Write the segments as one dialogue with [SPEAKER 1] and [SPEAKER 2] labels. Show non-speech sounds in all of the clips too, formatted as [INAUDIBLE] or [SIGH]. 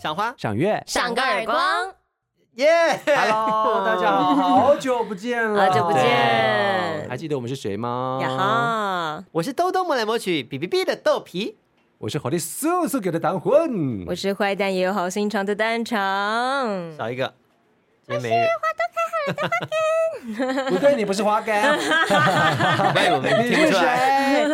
[SPEAKER 1] 赏花，
[SPEAKER 2] 赏月。
[SPEAKER 3] 赏个耳光，
[SPEAKER 1] 耶、
[SPEAKER 2] [LAUGHS] Hello，大哦家好，好久不见了，
[SPEAKER 3] 好久不见
[SPEAKER 2] 对还记得我们是谁吗？
[SPEAKER 3] 呀哈！
[SPEAKER 1] [LAUGHS]
[SPEAKER 2] 哦
[SPEAKER 1] 我是兜兜摸来摸去，比比比的豆皮，
[SPEAKER 2] 我是火力素素给的糖混，
[SPEAKER 3] 我是坏蛋也有好心肠的蛋肠，
[SPEAKER 1] 少一个，今天没，
[SPEAKER 2] 不对，你不是花
[SPEAKER 3] [LAUGHS]
[SPEAKER 2] 干，
[SPEAKER 1] [LAUGHS]
[SPEAKER 2] 哎
[SPEAKER 1] 没有没
[SPEAKER 2] 你
[SPEAKER 1] 听
[SPEAKER 2] 是
[SPEAKER 1] 出来，
[SPEAKER 2] 谁？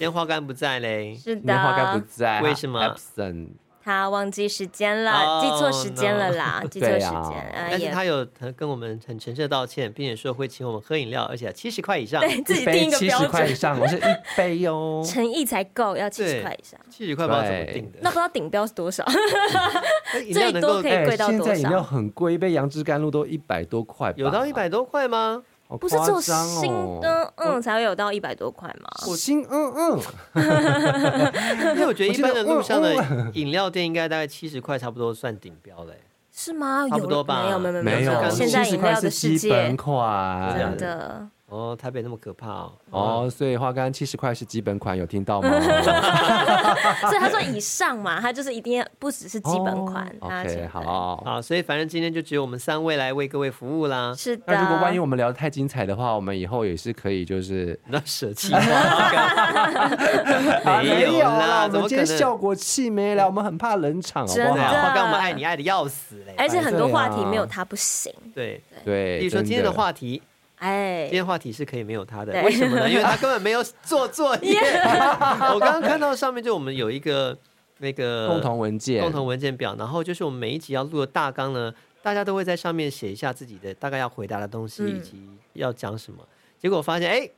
[SPEAKER 1] 烟花干不在嘞，
[SPEAKER 3] 是
[SPEAKER 2] 你的花干
[SPEAKER 3] 的
[SPEAKER 2] 不，在，
[SPEAKER 1] 为什么
[SPEAKER 2] a b s e n
[SPEAKER 3] 他忘记时间
[SPEAKER 1] 哦
[SPEAKER 3] 了，记错时间了啦，记错时
[SPEAKER 2] 对
[SPEAKER 3] 间，
[SPEAKER 2] 啊
[SPEAKER 3] 哎
[SPEAKER 1] 但是
[SPEAKER 3] 呀，
[SPEAKER 1] 他有很跟我们很诚挚的道歉，并且说会请我们喝饮料，而且七十块以上，
[SPEAKER 3] 对自己定一个
[SPEAKER 2] 七
[SPEAKER 3] 标
[SPEAKER 2] 十块以
[SPEAKER 3] 准，
[SPEAKER 2] 上，我是一杯哦
[SPEAKER 3] [LAUGHS]
[SPEAKER 2] 哟。
[SPEAKER 3] 诚意才够，要七十块以上，
[SPEAKER 1] 七十块不知道怎么定的
[SPEAKER 3] 那，不知道顶标是
[SPEAKER 2] [LAUGHS]
[SPEAKER 3] 多少？
[SPEAKER 1] 那饮料能够
[SPEAKER 3] 最多可以贵到
[SPEAKER 2] 哎现在
[SPEAKER 3] 多少
[SPEAKER 2] 饮料很贵，一杯杨枝甘露都一百多块吧，
[SPEAKER 1] 有到一百多块吗？
[SPEAKER 2] 好
[SPEAKER 3] 不是只有
[SPEAKER 2] 夸张哦
[SPEAKER 3] 新的嗯才会有到一百多块吗？
[SPEAKER 2] 我新嗯嗯，
[SPEAKER 1] 因为我觉得一般的路上
[SPEAKER 2] 我记
[SPEAKER 1] 的饮料店应该大概七十块差不多算顶标嘞，
[SPEAKER 3] 是吗？
[SPEAKER 1] 差不多
[SPEAKER 3] 有
[SPEAKER 1] 吧
[SPEAKER 3] 没有没有
[SPEAKER 2] 没
[SPEAKER 3] 没
[SPEAKER 2] 有，
[SPEAKER 3] 现在饮料的世
[SPEAKER 2] 70是基本
[SPEAKER 3] 界
[SPEAKER 2] 款，
[SPEAKER 3] 真的
[SPEAKER 1] 哦，台北那么可怕哦，
[SPEAKER 2] 哦，所以花干七十块是基本款，有听 [LAUGHS] 到吗？
[SPEAKER 3] 所以他说以上嘛，他就是一定要不只是基本款。
[SPEAKER 2] 哦
[SPEAKER 3] 大家记
[SPEAKER 2] OK，
[SPEAKER 3] 得，
[SPEAKER 2] 好。
[SPEAKER 1] 好，所以反正今天就只有我们三位来为各位服务啦，
[SPEAKER 3] 是的。
[SPEAKER 2] 那如果万一我们聊得太精彩的话，我们以后也是可以就是
[SPEAKER 1] 那舍 [LAUGHS] 弃花干没有啦，
[SPEAKER 2] 我
[SPEAKER 1] 怎么
[SPEAKER 2] 们
[SPEAKER 1] 可
[SPEAKER 2] 今天
[SPEAKER 1] 能？
[SPEAKER 2] 效果器没来，我们很怕冷场，好
[SPEAKER 3] 真
[SPEAKER 2] 不
[SPEAKER 1] 对啊，
[SPEAKER 2] 好？
[SPEAKER 3] 的
[SPEAKER 1] 花干我们爱你爱的要死嘞，
[SPEAKER 3] 而且很多话
[SPEAKER 2] 对
[SPEAKER 3] 题
[SPEAKER 2] 啊
[SPEAKER 3] 没有他不行。
[SPEAKER 1] 对，
[SPEAKER 2] 对，
[SPEAKER 1] 比如说今天的话题，
[SPEAKER 3] 哎
[SPEAKER 2] [LAUGHS]
[SPEAKER 1] 今，天话题是可以没有他的，
[SPEAKER 3] 对
[SPEAKER 1] 为什么呢？因为他根本没有做作
[SPEAKER 3] [LAUGHS]
[SPEAKER 1] 业。 [LAUGHS] 我刚刚看到上面就我们有一个那个
[SPEAKER 2] 共同文件，
[SPEAKER 1] 呃共
[SPEAKER 2] [LAUGHS]
[SPEAKER 1] 同文件表，然后就是我们每一集要录的大纲呢，大家都会在上面写一下自己的大概要回答的东西
[SPEAKER 3] 嗯
[SPEAKER 1] 以及要讲什么。结果我发现，哎，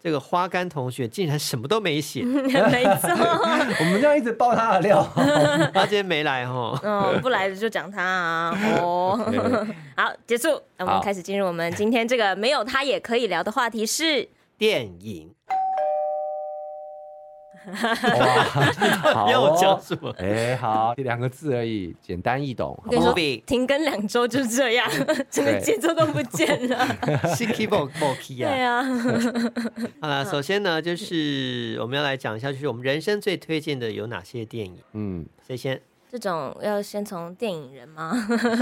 [SPEAKER 1] 这个花干同学竟然什么都没
[SPEAKER 3] [LAUGHS]
[SPEAKER 1] 写，
[SPEAKER 3] [LAUGHS] 没错， [LAUGHS]
[SPEAKER 2] 我们这样一直爆他的 [LAUGHS] 料。
[SPEAKER 1] 他今天没来哦哈。
[SPEAKER 3] 嗯，不来的就讲他啊。
[SPEAKER 2] [LAUGHS]
[SPEAKER 3] 哦， [LAUGHS] 好，结束。那我
[SPEAKER 2] 好
[SPEAKER 3] 们开始进入我们今天这个没有他也可以聊的话题是，
[SPEAKER 1] 电影
[SPEAKER 2] 哇，好哦
[SPEAKER 1] 要讲什么？
[SPEAKER 2] 哎，好，两个字而已，简单易懂，好
[SPEAKER 3] 跟
[SPEAKER 2] 不
[SPEAKER 3] 你
[SPEAKER 2] 好
[SPEAKER 3] 说
[SPEAKER 1] Movie
[SPEAKER 3] 停更两周就是这样， [LAUGHS] 整个
[SPEAKER 2] 对
[SPEAKER 3] 节奏都不见
[SPEAKER 2] [LAUGHS]
[SPEAKER 3] 了。
[SPEAKER 1] [LAUGHS] Sicky b o b o k
[SPEAKER 3] 对
[SPEAKER 1] 啊！
[SPEAKER 3] 啊， [LAUGHS]
[SPEAKER 1] 好啦，首先呢，就是我们要来讲一下，就是我们人生最推荐的有哪些电影？
[SPEAKER 2] 嗯，
[SPEAKER 1] 谁先？
[SPEAKER 3] 这种要先从电影人吗？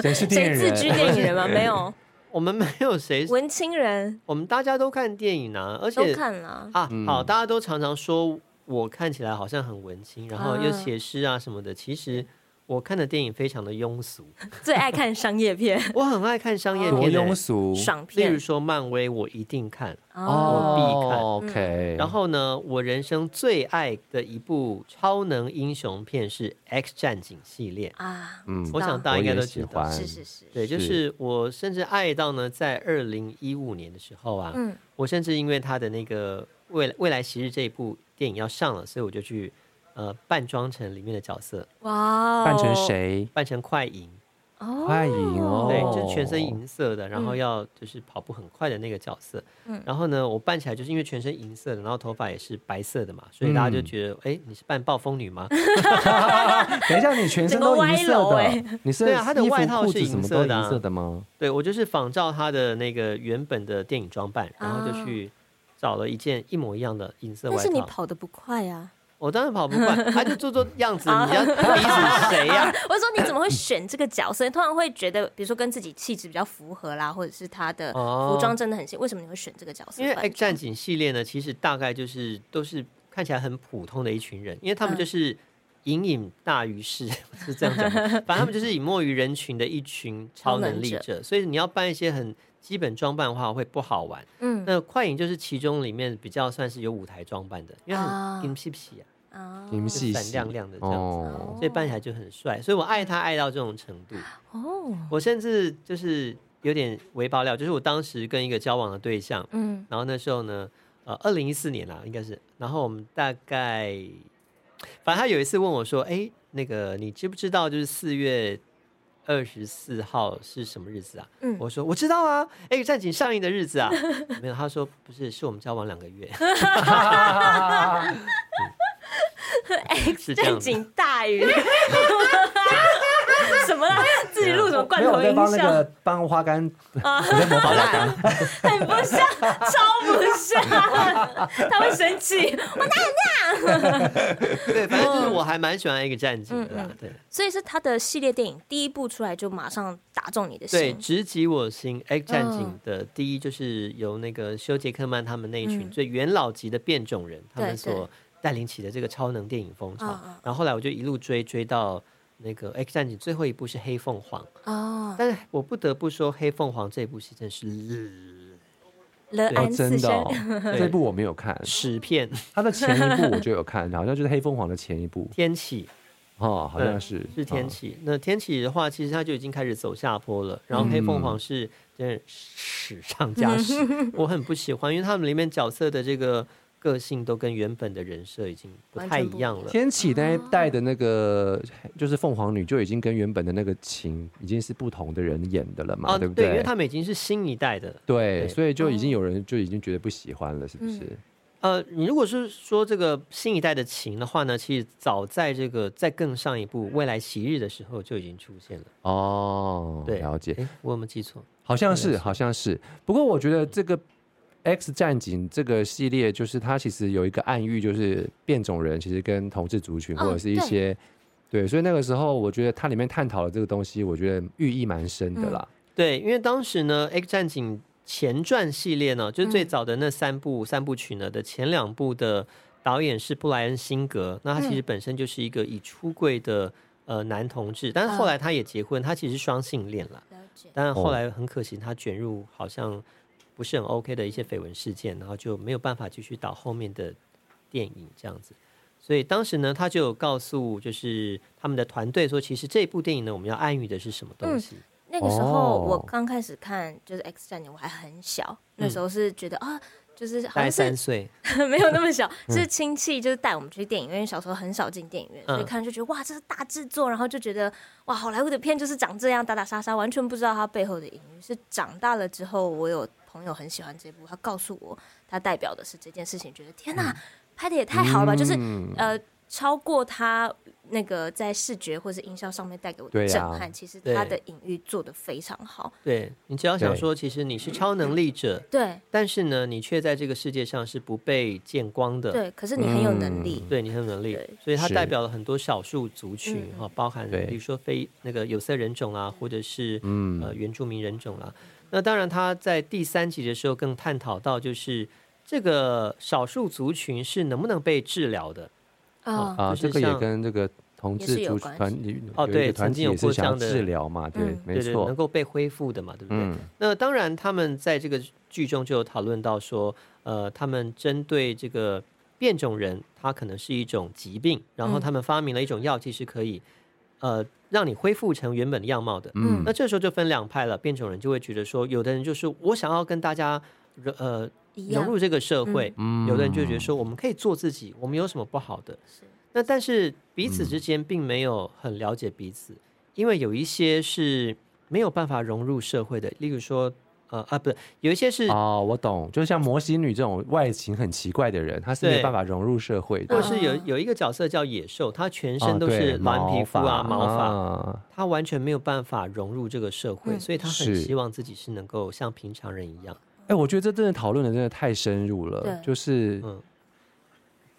[SPEAKER 2] 谁是电
[SPEAKER 3] 谁
[SPEAKER 2] 影
[SPEAKER 3] 自居
[SPEAKER 2] 人？
[SPEAKER 3] 电影人
[SPEAKER 2] [LAUGHS]
[SPEAKER 3] 吗？没有，
[SPEAKER 1] 我们没有谁，
[SPEAKER 3] 文青人
[SPEAKER 1] 我们大家都看电影啊，而
[SPEAKER 3] 都
[SPEAKER 1] 且
[SPEAKER 3] 看了。
[SPEAKER 1] 啊，
[SPEAKER 2] 嗯
[SPEAKER 1] 好，大家都常常说我看起来好像很文青，然后又写诗啊什么的。其实我看的电影非常的庸
[SPEAKER 3] [LAUGHS]
[SPEAKER 1] 俗，
[SPEAKER 3] 最爱看商业
[SPEAKER 2] [LAUGHS]
[SPEAKER 3] 片、
[SPEAKER 1] 我很爱看商业
[SPEAKER 2] 多
[SPEAKER 1] 片、
[SPEAKER 2] 庸
[SPEAKER 1] 欸，
[SPEAKER 2] 俗，
[SPEAKER 3] 爽
[SPEAKER 1] 例如
[SPEAKER 3] 片
[SPEAKER 1] 说漫威，我一定看。
[SPEAKER 3] 哦。
[SPEAKER 2] 哦，OK，
[SPEAKER 1] 然后呢，我人生最爱的一部超能英雄片是《X 战警》系列，
[SPEAKER 3] 啊，
[SPEAKER 2] 嗯
[SPEAKER 1] 我想大家应该都知
[SPEAKER 2] 我也
[SPEAKER 1] 道。
[SPEAKER 2] 喜欢
[SPEAKER 3] 是是是，
[SPEAKER 1] 对，就是是我甚至爱到呢，在二零一五年的时候啊，
[SPEAKER 3] 嗯
[SPEAKER 1] 我甚至因为他的那个未来未来昔日这一部电影要上了，所以我就去呃扮装成里面的角色，
[SPEAKER 3] 哇哦，
[SPEAKER 2] 扮成谁？
[SPEAKER 1] 扮成快银，
[SPEAKER 3] 哦？
[SPEAKER 2] 快银哦
[SPEAKER 1] 对，就是全身银色的，然后要就是跑步很快的那个角色。
[SPEAKER 3] 嗯
[SPEAKER 1] 然后呢，我扮起来就是因为全身银色的，然后头发也是白色的嘛，所以大家就
[SPEAKER 2] 嗯
[SPEAKER 1] 觉得，哎、你是扮暴风女吗？
[SPEAKER 2] 等一下，你全身都银色
[SPEAKER 3] 哦整个歪楼哎
[SPEAKER 2] 的，你是
[SPEAKER 1] 对啊他的
[SPEAKER 2] 衣
[SPEAKER 1] 外
[SPEAKER 2] 服、
[SPEAKER 1] 套
[SPEAKER 2] 裤
[SPEAKER 1] 是
[SPEAKER 2] 子什
[SPEAKER 1] 银
[SPEAKER 2] 么
[SPEAKER 1] 色
[SPEAKER 2] 都
[SPEAKER 1] 的啊
[SPEAKER 2] 银色的吗？
[SPEAKER 1] 对我就是仿照她的那个原本的电影装扮，然后就
[SPEAKER 3] 啊
[SPEAKER 1] 去找了一件一模一样的银色外
[SPEAKER 3] 但
[SPEAKER 1] 套。
[SPEAKER 3] 是你跑得不快啊呀、
[SPEAKER 1] 我当然跑不快，他就做做样子，
[SPEAKER 3] 啊
[SPEAKER 1] 你要逼死谁呀、
[SPEAKER 3] [LAUGHS] 我是说你怎么会选这个角色？通常会觉得，比如说跟自己气质比较符合啦，或者是他的
[SPEAKER 1] 哦
[SPEAKER 3] 服装真的很像。为什么你会选这个角色
[SPEAKER 1] 因为
[SPEAKER 3] [LAUGHS] 扮
[SPEAKER 1] X
[SPEAKER 3] 演？
[SPEAKER 1] 战警系列呢，其实大概就是都是看起来很普通的一群人，因为他
[SPEAKER 3] 嗯
[SPEAKER 1] 们就是隐隐大于世， [LAUGHS] 是这样讲吗，反正他们就是隐没于人群的一群超能力
[SPEAKER 3] 超
[SPEAKER 1] 者，所以你要扮一些很基本装扮的话会不好玩。
[SPEAKER 3] 嗯
[SPEAKER 1] 那快影就是其中里面比较算是有舞台装扮的，因为很
[SPEAKER 3] 啊
[SPEAKER 1] 金屁屁啊，
[SPEAKER 3] 啊
[SPEAKER 2] 你们细
[SPEAKER 1] 闪
[SPEAKER 2] 细
[SPEAKER 1] 亮亮的这样子
[SPEAKER 3] [LAUGHS]
[SPEAKER 2] 哦，
[SPEAKER 1] 所以扮起来就很帅，所以我爱他爱到这种程度。
[SPEAKER 3] 哦，
[SPEAKER 1] 我甚至就是有点微爆料，就是我当时跟一个交往的对象，
[SPEAKER 4] [LAUGHS]
[SPEAKER 3] 嗯，
[SPEAKER 1] 然后那时候呢，呃，二零一四年啦，应该是，然后我们大概，反正他有一次问我说，哎，那个你知不知道就是四月二十四号是什么日子啊？
[SPEAKER 3] 嗯
[SPEAKER 1] 我说我知道啊，哎，战警上映的日子啊，没有，他说不是，是我们交往两个月， [LAUGHS] 是这样子。
[SPEAKER 3] 正哎
[SPEAKER 4] [LAUGHS]
[SPEAKER 3] 经大于什么啦？自己录什么罐
[SPEAKER 4] 没
[SPEAKER 3] 头
[SPEAKER 4] 有我在
[SPEAKER 3] 音
[SPEAKER 4] 帮那
[SPEAKER 3] 效
[SPEAKER 4] 个帮花干，
[SPEAKER 3] 啊？
[SPEAKER 4] 我在模仿花干。
[SPEAKER 3] [LAUGHS] 很不像，超不像，
[SPEAKER 4] [LAUGHS]
[SPEAKER 3] 他会生气。
[SPEAKER 1] 对，反正就是我还蛮喜欢一个战警的啦
[SPEAKER 3] 哦嗯，
[SPEAKER 1] 对
[SPEAKER 3] 所以是他的系列电影第一部出来就马上打中你的
[SPEAKER 1] 对，
[SPEAKER 3] 心。
[SPEAKER 1] 直击我心。X 战警
[SPEAKER 3] 嗯
[SPEAKER 1] 的第一就是由那个休杰克曼他们那一群
[SPEAKER 3] 嗯
[SPEAKER 1] 最元老级的变种人，他
[SPEAKER 3] 对
[SPEAKER 1] 们所带领起的这个超能电影风潮
[SPEAKER 3] 嗯嗯。
[SPEAKER 1] 然后后来我就一路追追到那个 X 战警最后一部是黑凤凰，
[SPEAKER 3] 哦，
[SPEAKER 1] 但是我不得不说黑凤凰这部戏真
[SPEAKER 3] [LAUGHS]
[SPEAKER 1] 是
[SPEAKER 3] 乐
[SPEAKER 1] 对
[SPEAKER 2] 哦，
[SPEAKER 3] [LAUGHS] 安四
[SPEAKER 2] 真的、
[SPEAKER 3] 生
[SPEAKER 2] 哦，这部我没有看，
[SPEAKER 1] 屎片
[SPEAKER 2] 它的前一部我就有看，好像就是《黑凤凰》的前一部
[SPEAKER 1] 天启。
[SPEAKER 2] 哦，好像
[SPEAKER 1] 嗯
[SPEAKER 2] 是
[SPEAKER 1] 是天
[SPEAKER 2] 哦
[SPEAKER 1] 启。那天启的话，其实它就已经开始走下坡了。然后黑凤
[SPEAKER 2] 嗯
[SPEAKER 1] 凰是真是史上加
[SPEAKER 2] [LAUGHS]
[SPEAKER 1] 史，我很不喜欢，因为他们里面角色的这个个性都跟原本的人设已经不
[SPEAKER 3] 完
[SPEAKER 1] 太
[SPEAKER 3] 全
[SPEAKER 1] 一
[SPEAKER 3] 不
[SPEAKER 1] 样
[SPEAKER 3] 一
[SPEAKER 1] 了。
[SPEAKER 2] 天启那一代的那个就是凤凰女，就已经跟原本的那个琴已经是不同的人演的了嘛，
[SPEAKER 1] 啊，
[SPEAKER 2] 对不
[SPEAKER 1] 对，因为他们已经是新一代的。
[SPEAKER 2] 对，
[SPEAKER 1] 对
[SPEAKER 2] 所以就已经有人就已经觉得不喜欢了，是不是？
[SPEAKER 3] 嗯
[SPEAKER 1] 呃，你如果是说这个新一代的情的话呢，其实早在这个再更上一步《未来昔日》的时候就已经出现了。
[SPEAKER 2] 哦，
[SPEAKER 1] 对
[SPEAKER 2] 了解，
[SPEAKER 1] 诶，我有没有记错？
[SPEAKER 2] 好像是，好像是。不过我觉得这个《X 战警》这个系列，就是它其实有一个暗喻，就是变种人其实跟同志族群
[SPEAKER 3] 哦
[SPEAKER 2] 或者是一些、对，所以那个时候我觉得它里面探讨的这个东西，我觉得寓意蛮深的啦。
[SPEAKER 1] 对，因为当时呢，《X 战警》前传系列呢，就是最
[SPEAKER 3] 嗯
[SPEAKER 1] 早的那三部、三部曲呢的前两部的导演是布莱恩·辛格，那他
[SPEAKER 3] 嗯
[SPEAKER 1] 其实本身就是一个已出柜的呃男同志，但是后
[SPEAKER 3] 嗯
[SPEAKER 1] 来他也结婚，他其实是双性恋啦，
[SPEAKER 3] 了解
[SPEAKER 1] 但后
[SPEAKER 2] 哦
[SPEAKER 1] 来很可惜，他卷入好像不是很 OK 的一些绯闻事件，然后就没有办法继续导后面的电影这样子。所以当时呢，他就有告诉就是他们的团队说，其实这部电影呢，我们要暗喻的是什么东
[SPEAKER 3] 嗯
[SPEAKER 1] 西。
[SPEAKER 3] 那个时候
[SPEAKER 2] 哦嗯
[SPEAKER 3] 我刚开始看就是《X 战警》，我还很小，那时候是觉得啊，就是好
[SPEAKER 1] 大概
[SPEAKER 3] 像
[SPEAKER 1] 三
[SPEAKER 3] 是
[SPEAKER 1] 岁，
[SPEAKER 3] [LAUGHS] 没有那么小，
[SPEAKER 2] 嗯
[SPEAKER 3] 是亲戚就是带我们去电影院，因为小时候很少进电影院，
[SPEAKER 2] 嗯
[SPEAKER 3] 所以看就觉得哇，这是大制作，然后就觉得哇，好莱坞的片就是长这样打打杀杀，完全不知道它背后的隐喻。是长大了之后，我有朋友很喜欢这部，他告诉我他代表的是这件事情，觉得天哪，拍的也太好了吧，就是
[SPEAKER 2] 嗯
[SPEAKER 3] 呃。超过他那个在视觉或是音效上面带给我
[SPEAKER 2] 对
[SPEAKER 3] 的
[SPEAKER 2] 啊
[SPEAKER 3] 震撼，其实他
[SPEAKER 1] 对
[SPEAKER 3] 的隐喻做得非常好。
[SPEAKER 1] 对你只要想
[SPEAKER 2] 对
[SPEAKER 1] 说，其实你是超能力者，
[SPEAKER 3] 对
[SPEAKER 1] 但是呢，你却在这个世界上是不被见光的。
[SPEAKER 3] 对，可是你很有能力，
[SPEAKER 1] 对，你很有能力
[SPEAKER 3] 对，
[SPEAKER 1] 所以它
[SPEAKER 2] 是
[SPEAKER 1] 代表了很多少数族群
[SPEAKER 3] 嗯
[SPEAKER 1] 哈、包含
[SPEAKER 2] 对
[SPEAKER 1] 比如说非那个有色人种啦，或者是
[SPEAKER 2] 嗯
[SPEAKER 1] 呃原住民人种啦。那当然，他在第三集的时候更探讨到，就是这个少数族群是能不能被治疗的。
[SPEAKER 3] 啊、
[SPEAKER 2] 啊，
[SPEAKER 1] 就是
[SPEAKER 2] 这个也
[SPEAKER 1] 像
[SPEAKER 2] 跟这个同志
[SPEAKER 3] 也是有
[SPEAKER 2] 族
[SPEAKER 3] 关系
[SPEAKER 2] 团
[SPEAKER 1] 哦
[SPEAKER 2] 有一
[SPEAKER 1] 对
[SPEAKER 2] 个团
[SPEAKER 1] 曾
[SPEAKER 2] 体
[SPEAKER 1] 经有
[SPEAKER 2] 也
[SPEAKER 1] 过
[SPEAKER 2] 是
[SPEAKER 1] 这
[SPEAKER 2] 想
[SPEAKER 1] 样
[SPEAKER 2] 要
[SPEAKER 1] 的
[SPEAKER 2] 治疗嘛，对，
[SPEAKER 3] 嗯
[SPEAKER 2] 没
[SPEAKER 1] 对对，
[SPEAKER 2] 错
[SPEAKER 1] 能，够被恢复的嘛，对不对？
[SPEAKER 2] 嗯，
[SPEAKER 1] 那当然，他们在这个剧中就有讨论到说，呃，他们针对这个变种人，它可能是一种疾病，然后
[SPEAKER 3] 嗯
[SPEAKER 1] 他们发明了一种药剂是可以，呃，让你恢复成原本的样貌的。
[SPEAKER 3] 嗯
[SPEAKER 1] 那这时候就分两派了，变种人就会觉得说，有的人就是我想要跟大家呃
[SPEAKER 3] 一
[SPEAKER 1] 融
[SPEAKER 3] 样
[SPEAKER 1] 入这个社会，
[SPEAKER 2] 嗯
[SPEAKER 1] 有的人就觉得说我们可以做自己，我们有什么不好的？
[SPEAKER 3] 是
[SPEAKER 1] 那但是彼此之间并没有很了解彼此，因为有一些是没有办法融入社会的，例如说，呃啊，不是，有一些是，
[SPEAKER 2] 哦，我懂，就像摩西女这种外形很奇怪的人，她是没
[SPEAKER 1] 对
[SPEAKER 2] 有办法融入社会的
[SPEAKER 1] 或。是有
[SPEAKER 3] 嗯
[SPEAKER 1] 有一个角色叫野兽，他全
[SPEAKER 2] 啊
[SPEAKER 1] 身都
[SPEAKER 2] 对
[SPEAKER 1] 是蓝皮肤啊、毛发，
[SPEAKER 2] 啊
[SPEAKER 1] 他完全没有办法融入这个社会，
[SPEAKER 3] 嗯
[SPEAKER 1] 所以他很
[SPEAKER 2] 是
[SPEAKER 1] 希望自己是能够像平常人一样。
[SPEAKER 2] 哎、我觉得这真的讨论的真的太深入了
[SPEAKER 3] 对，
[SPEAKER 2] 就是、
[SPEAKER 1] 嗯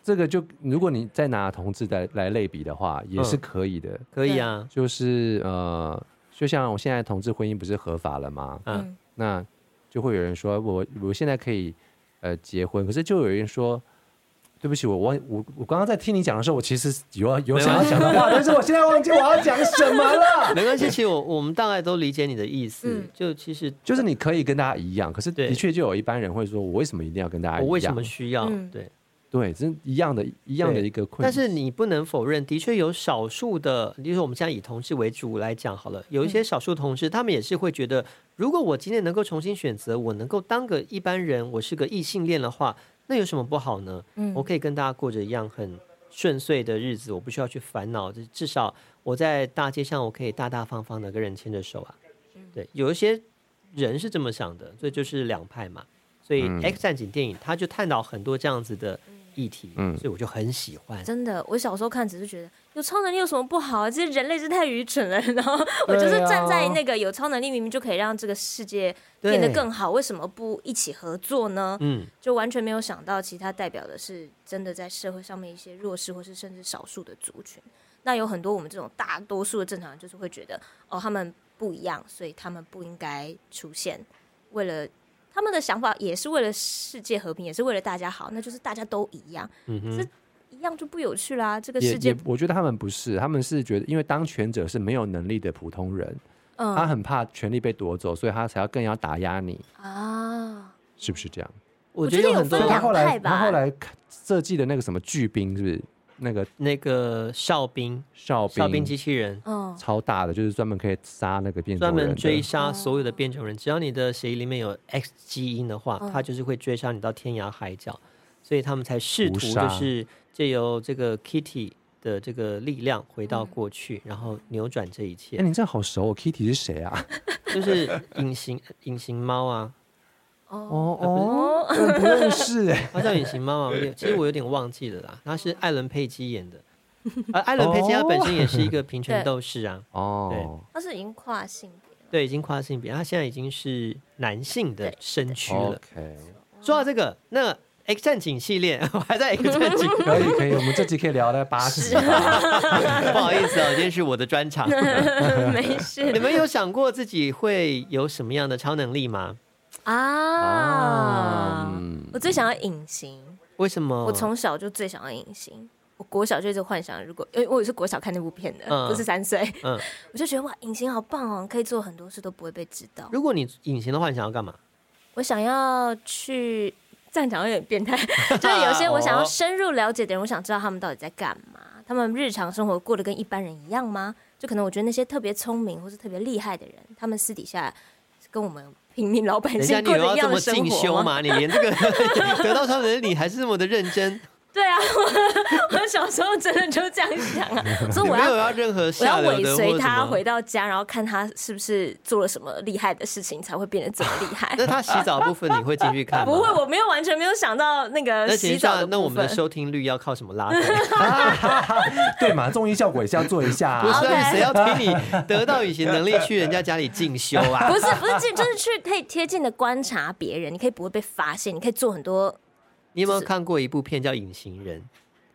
[SPEAKER 2] 这个就如果你再拿同志来来类比的话，也是
[SPEAKER 1] 嗯
[SPEAKER 2] 可以的，
[SPEAKER 1] 可以
[SPEAKER 3] [LAUGHS]
[SPEAKER 1] 啊，
[SPEAKER 2] 就是呃，就像我现在同志婚姻不是合法了吗？
[SPEAKER 1] 啊
[SPEAKER 3] 嗯
[SPEAKER 2] 那就会有人说我我现在可以呃结婚，可是就有人说。对不起，我忘我我刚刚在听你讲的时候，我其实有有
[SPEAKER 1] 没
[SPEAKER 2] 想要
[SPEAKER 1] 关系
[SPEAKER 2] 讲的
[SPEAKER 1] [LAUGHS]
[SPEAKER 2] 话，但是我现在忘记我要讲什么了。
[SPEAKER 1] 没关系，其实我我们大概都理解你的意思，
[SPEAKER 3] 嗯
[SPEAKER 1] 就其实
[SPEAKER 2] 就是你可以跟大家一样，可是
[SPEAKER 1] 对
[SPEAKER 2] 的确就有一般人会说，我为什么一定要跟大家一
[SPEAKER 1] 我
[SPEAKER 2] 样？
[SPEAKER 1] 为什么需要、
[SPEAKER 3] 嗯
[SPEAKER 1] 对。
[SPEAKER 2] 对，真一样的，一样的
[SPEAKER 1] 对
[SPEAKER 2] 一个困
[SPEAKER 1] 但
[SPEAKER 2] 难。
[SPEAKER 1] 是你不能否认，的确有少数的，比如说我们现在以同志为主来讲好了，有一些少数同志，他们也是会觉得，如果我今天能够重新选择，我能够当个一般人，我是个异性恋的话，那有什么不好呢？
[SPEAKER 3] 嗯
[SPEAKER 1] 我可以跟大家过着一样很顺遂的日子，我不需要去烦恼，就至少我在大街上我可以大大方方的跟人牵着手啊。对，有一些人是这么想的，所以就是两派嘛。所以《X 战警》电影它就探讨很多这样子的议题，
[SPEAKER 2] 嗯
[SPEAKER 1] 所以我就很喜欢。
[SPEAKER 3] 真的，我小时候看只是觉得有超能力有什么不好啊？这些人类真太愚蠢了。 [LAUGHS] 然后我就是
[SPEAKER 2] 对啊
[SPEAKER 3] 站在那个有超能力，明明就可以让这个世界
[SPEAKER 1] 对
[SPEAKER 3] 变得更好，为什么不一起合作呢？
[SPEAKER 1] 嗯，
[SPEAKER 3] 就完全没有想到，其他代表的是真的在社会上面一些弱势或是甚至少数的族群。那有很多我们这种大多数的正常人，就是会觉得哦，他们不一样，所以他们不应该出现。为了他们的想法也是为了世界和平，也是为了大家好，那就是大家都一样，
[SPEAKER 1] 嗯哼
[SPEAKER 3] 这一样就不有趣啦。这个
[SPEAKER 2] 也
[SPEAKER 3] 世界
[SPEAKER 2] 也，，我觉得他们不是，他们是觉得，因为当权者是没有能力的普通人，
[SPEAKER 3] 嗯
[SPEAKER 2] 他很怕权力被夺走，所以他才要更要打压你，
[SPEAKER 3] 啊，
[SPEAKER 2] 是不是这样？
[SPEAKER 1] 我
[SPEAKER 3] 我
[SPEAKER 1] 觉
[SPEAKER 3] 觉
[SPEAKER 1] 得
[SPEAKER 3] 得有
[SPEAKER 1] 很多
[SPEAKER 2] 所以他
[SPEAKER 3] 两
[SPEAKER 2] 后来
[SPEAKER 3] 派吧
[SPEAKER 2] 他后来设计的那个什么巨兵，是不是那个
[SPEAKER 1] 那个哨兵，
[SPEAKER 2] 哨兵？
[SPEAKER 1] 哨兵机器人
[SPEAKER 3] 嗯，
[SPEAKER 2] 超大的，就是专门可以杀那个变种
[SPEAKER 1] 专
[SPEAKER 2] 人的，
[SPEAKER 1] 门追杀所有的变种人，只要你的血液里面有 X 基因的话，
[SPEAKER 3] 嗯
[SPEAKER 1] 它就是会追杀你到天涯海角，所以他们才试
[SPEAKER 2] 屠
[SPEAKER 1] 图
[SPEAKER 2] 杀
[SPEAKER 1] 就是借由这个 Kitty 的这个力量回到过去，
[SPEAKER 3] 嗯
[SPEAKER 1] 然后扭转这一
[SPEAKER 2] 哎、
[SPEAKER 1] 切，
[SPEAKER 2] 你这好熟哦，Kitty 是
[SPEAKER 1] [LAUGHS]
[SPEAKER 2] 谁啊？
[SPEAKER 1] 就是隐形 [LAUGHS] 隐形猫啊，
[SPEAKER 3] 哦，
[SPEAKER 2] 哦
[SPEAKER 3] 哦
[SPEAKER 2] 哦，我不
[SPEAKER 1] [LAUGHS]
[SPEAKER 2] 认识哎。
[SPEAKER 1] 它叫隐形猫啊，我
[SPEAKER 3] [LAUGHS]
[SPEAKER 1] 有点其实我有点忘记了啦，它是艾伦佩姬演的，而艾伦佩姬她本身也是一
[SPEAKER 3] [LAUGHS]
[SPEAKER 1] 个平权
[SPEAKER 3] 对
[SPEAKER 1] 斗士啊，
[SPEAKER 2] 哦，
[SPEAKER 3] 他是已经跨性别了，
[SPEAKER 1] 对，已经跨性别，他现在已经是男性的
[SPEAKER 3] 对
[SPEAKER 1] 身躯了。
[SPEAKER 2] OK，
[SPEAKER 1] 说到这个，那 X 战警系列， [LAUGHS] 我还在 X 战
[SPEAKER 3] [LAUGHS]
[SPEAKER 1] 警，
[SPEAKER 2] 可以可以，我们这集可以聊到八十。
[SPEAKER 3] 啊
[SPEAKER 1] 不好意思哦，今天是我的专场。 [LAUGHS]
[SPEAKER 3] 没
[SPEAKER 1] 你 [LAUGHS]
[SPEAKER 3] 事
[SPEAKER 1] 们有想过自己会有什么样的超能力吗？
[SPEAKER 3] 啊。
[SPEAKER 2] 嗯，
[SPEAKER 3] 我最想要隐形，
[SPEAKER 1] 为什么？
[SPEAKER 3] 我从小就最想要隐形。我国小就一直幻想，如果因为我也是国小看那部片的，
[SPEAKER 1] 嗯
[SPEAKER 3] 不是三岁，
[SPEAKER 1] 嗯，
[SPEAKER 3] [LAUGHS] 我就觉得哇，隐形好棒哦，可以做很多事都不会被知道。
[SPEAKER 1] 如果你隐形的话，你想要干嘛？
[SPEAKER 3] 我想要去，这样讲有点
[SPEAKER 1] [LAUGHS]
[SPEAKER 3] 变态，就是有些我
[SPEAKER 1] 哦
[SPEAKER 3] 想要深入了解的人，我想知道他们到底在干嘛，他们日常生活过得跟一般人一样吗？就可能我觉得那些特别聪明或是特别厉害的人，他们私底下跟我们平民老百
[SPEAKER 1] 等一下，
[SPEAKER 3] 姓
[SPEAKER 1] 你
[SPEAKER 3] 过
[SPEAKER 1] 有
[SPEAKER 3] 着
[SPEAKER 1] 要
[SPEAKER 3] 一
[SPEAKER 1] 这
[SPEAKER 3] 样
[SPEAKER 1] 么
[SPEAKER 3] 的生
[SPEAKER 1] 进
[SPEAKER 3] 活
[SPEAKER 1] 修吗？你连这个 [LAUGHS] 得到超能力，你还是这么的认真，
[SPEAKER 3] [LAUGHS] 对啊，我 [LAUGHS] 我小时候真的就这样想
[SPEAKER 1] [LAUGHS]
[SPEAKER 3] 啊， [LAUGHS] 我说
[SPEAKER 1] 你
[SPEAKER 3] 我
[SPEAKER 1] 没
[SPEAKER 3] 要
[SPEAKER 1] 有要任何
[SPEAKER 3] 我要
[SPEAKER 1] 下流
[SPEAKER 3] 尾
[SPEAKER 1] 的或
[SPEAKER 3] 随
[SPEAKER 1] 者什
[SPEAKER 3] 他
[SPEAKER 1] 么
[SPEAKER 3] 回。到家，然后看他是不是做了什么厉害的事情，才会变得这么厉害
[SPEAKER 1] [LAUGHS] 那。他洗澡部分你会进去看吗？
[SPEAKER 3] [LAUGHS] 不会，我没有完全没有想到那个
[SPEAKER 1] 那请
[SPEAKER 3] 洗
[SPEAKER 1] 问一下
[SPEAKER 3] 澡的
[SPEAKER 1] 那我
[SPEAKER 3] 部
[SPEAKER 1] 们的
[SPEAKER 3] 分。
[SPEAKER 1] 收听率要靠什么拉抬？
[SPEAKER 2] [LAUGHS] 对嘛，综艺效果也是要做一下
[SPEAKER 3] [LAUGHS]
[SPEAKER 1] 不
[SPEAKER 2] 啊。
[SPEAKER 1] 是
[SPEAKER 3] OK
[SPEAKER 1] 谁要听 [LAUGHS] 你得到隐形能力去人家家里进修啊
[SPEAKER 3] [LAUGHS] 不？是不是，就是去可以贴近的观察别人，你可以不会被发现，你可以做很多。
[SPEAKER 1] 你有没有看过一部片叫《隐形人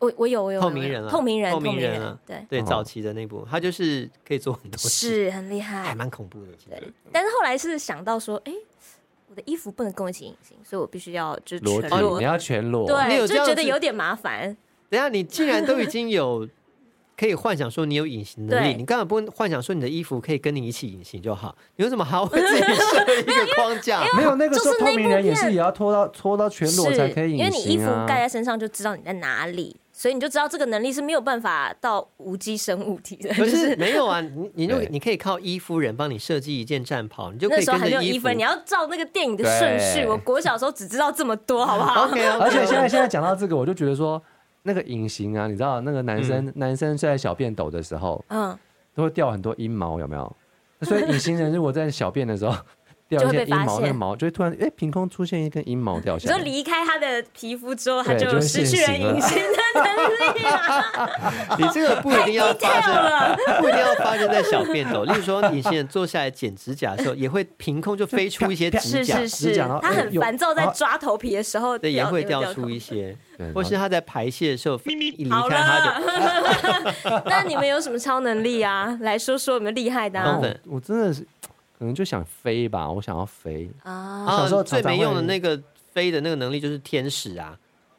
[SPEAKER 3] 我我有我有
[SPEAKER 1] 透
[SPEAKER 3] 我有
[SPEAKER 1] 明人啊
[SPEAKER 3] 透明人
[SPEAKER 1] 透
[SPEAKER 3] 透
[SPEAKER 1] 明
[SPEAKER 3] 明
[SPEAKER 1] 人
[SPEAKER 3] 人
[SPEAKER 1] 啊，
[SPEAKER 3] 对》？
[SPEAKER 1] 对，
[SPEAKER 2] 哦
[SPEAKER 1] 早期的那部，他就是可以做很多事，
[SPEAKER 3] 是很厉
[SPEAKER 1] 还
[SPEAKER 3] 害。
[SPEAKER 1] 蛮恐怖的。其实
[SPEAKER 3] 但是后来是想到说，哎，我的衣服不能跟我一起隐形，所以我必须要就是
[SPEAKER 2] 裸
[SPEAKER 3] 全
[SPEAKER 2] 体，
[SPEAKER 3] 裸
[SPEAKER 2] 哦你。要全裸。
[SPEAKER 1] 你有这
[SPEAKER 3] 对，就啊
[SPEAKER 1] 样
[SPEAKER 3] 觉得
[SPEAKER 1] 子
[SPEAKER 3] 有点麻烦。
[SPEAKER 1] 等一下，你既然都已经有可以幻想说你有隐形能力，
[SPEAKER 3] [LAUGHS] 对
[SPEAKER 1] 你干嘛不幻想说你的衣服可以跟你一起隐形就好？ [LAUGHS] 你为什么还要为自己设一个框
[SPEAKER 3] [LAUGHS]
[SPEAKER 1] 架？
[SPEAKER 2] 没有那个时候
[SPEAKER 3] 就是那
[SPEAKER 2] 透明人也
[SPEAKER 3] 部
[SPEAKER 2] 是
[SPEAKER 3] 片
[SPEAKER 2] 也要脱到脱到全
[SPEAKER 3] 是，
[SPEAKER 2] 裸才可以
[SPEAKER 3] 因为
[SPEAKER 2] 隐
[SPEAKER 3] 你衣
[SPEAKER 2] 形
[SPEAKER 3] 服
[SPEAKER 2] 啊。
[SPEAKER 3] 盖在身上就知道你在哪里，所以你就知道这个能力是没有办法到无机生物体的。
[SPEAKER 1] 可
[SPEAKER 3] 就是是
[SPEAKER 1] 没有啊，你你就
[SPEAKER 2] 对
[SPEAKER 1] 你可以靠衣夫人帮你设计一件战袍，你就可
[SPEAKER 3] 那
[SPEAKER 1] 以
[SPEAKER 3] 时候
[SPEAKER 1] 跟
[SPEAKER 3] 还没有
[SPEAKER 1] 着衣
[SPEAKER 3] 一
[SPEAKER 1] 服
[SPEAKER 3] 分，你。要照那个电影的顺序。
[SPEAKER 2] 对哦
[SPEAKER 3] 我国小时候只知道这么多，好不好？
[SPEAKER 1] [LAUGHS] OK，
[SPEAKER 2] 而且现在现在讲到这个，我就觉得说那个隐形啊，你知道那个男生、男生在小便斗的时候
[SPEAKER 3] 嗯，
[SPEAKER 2] 都会掉很多阴毛，有没有？所以隐形人如果在小便的
[SPEAKER 3] [LAUGHS]
[SPEAKER 2] 时候掉一
[SPEAKER 3] 就
[SPEAKER 2] 些
[SPEAKER 3] 会被
[SPEAKER 2] 阴
[SPEAKER 3] 发
[SPEAKER 2] 毛，那
[SPEAKER 3] 现
[SPEAKER 2] 个毛就会突然哎、凭空出现一根阴毛掉
[SPEAKER 3] 你
[SPEAKER 2] 下
[SPEAKER 3] 说
[SPEAKER 2] 来。
[SPEAKER 3] 离开他的皮肤之后，他
[SPEAKER 2] 对就会
[SPEAKER 3] 失去了
[SPEAKER 2] 现形了
[SPEAKER 3] 隐形的能力
[SPEAKER 2] [LAUGHS]
[SPEAKER 3] 啊
[SPEAKER 1] 你这个不一定
[SPEAKER 3] [LAUGHS]
[SPEAKER 1] 要发
[SPEAKER 3] 掉
[SPEAKER 1] 生，
[SPEAKER 3] 了。
[SPEAKER 1] [LAUGHS] 不一定要发生在小便斗。例如说，你现在坐下来剪指甲的时候，也会凭空就飞出一些指
[SPEAKER 3] 是
[SPEAKER 1] 甲，
[SPEAKER 3] 是
[SPEAKER 2] 指
[SPEAKER 3] 是
[SPEAKER 2] 甲然后，
[SPEAKER 3] 他很
[SPEAKER 2] 有
[SPEAKER 3] 烦躁，在
[SPEAKER 2] 啊
[SPEAKER 3] 抓头皮的时候，
[SPEAKER 1] 对，也
[SPEAKER 3] 掉
[SPEAKER 1] 会
[SPEAKER 3] 掉
[SPEAKER 1] 掉出
[SPEAKER 3] 头
[SPEAKER 1] 一些
[SPEAKER 2] 对，
[SPEAKER 1] 或是它在排泄的时候一离
[SPEAKER 3] 好
[SPEAKER 1] 开它就。
[SPEAKER 3] 了， [LAUGHS] 那你们有什么超能力啊？来说说你们厉害的
[SPEAKER 1] 当
[SPEAKER 3] 啊
[SPEAKER 1] 然
[SPEAKER 2] 我真的是可能就想飞吧，我想要飞。
[SPEAKER 3] 啊！
[SPEAKER 1] 啊
[SPEAKER 2] 小时候
[SPEAKER 1] 最
[SPEAKER 2] 常常
[SPEAKER 1] 没用的
[SPEAKER 2] 会
[SPEAKER 1] 那个飞的那个能力就是天使啊，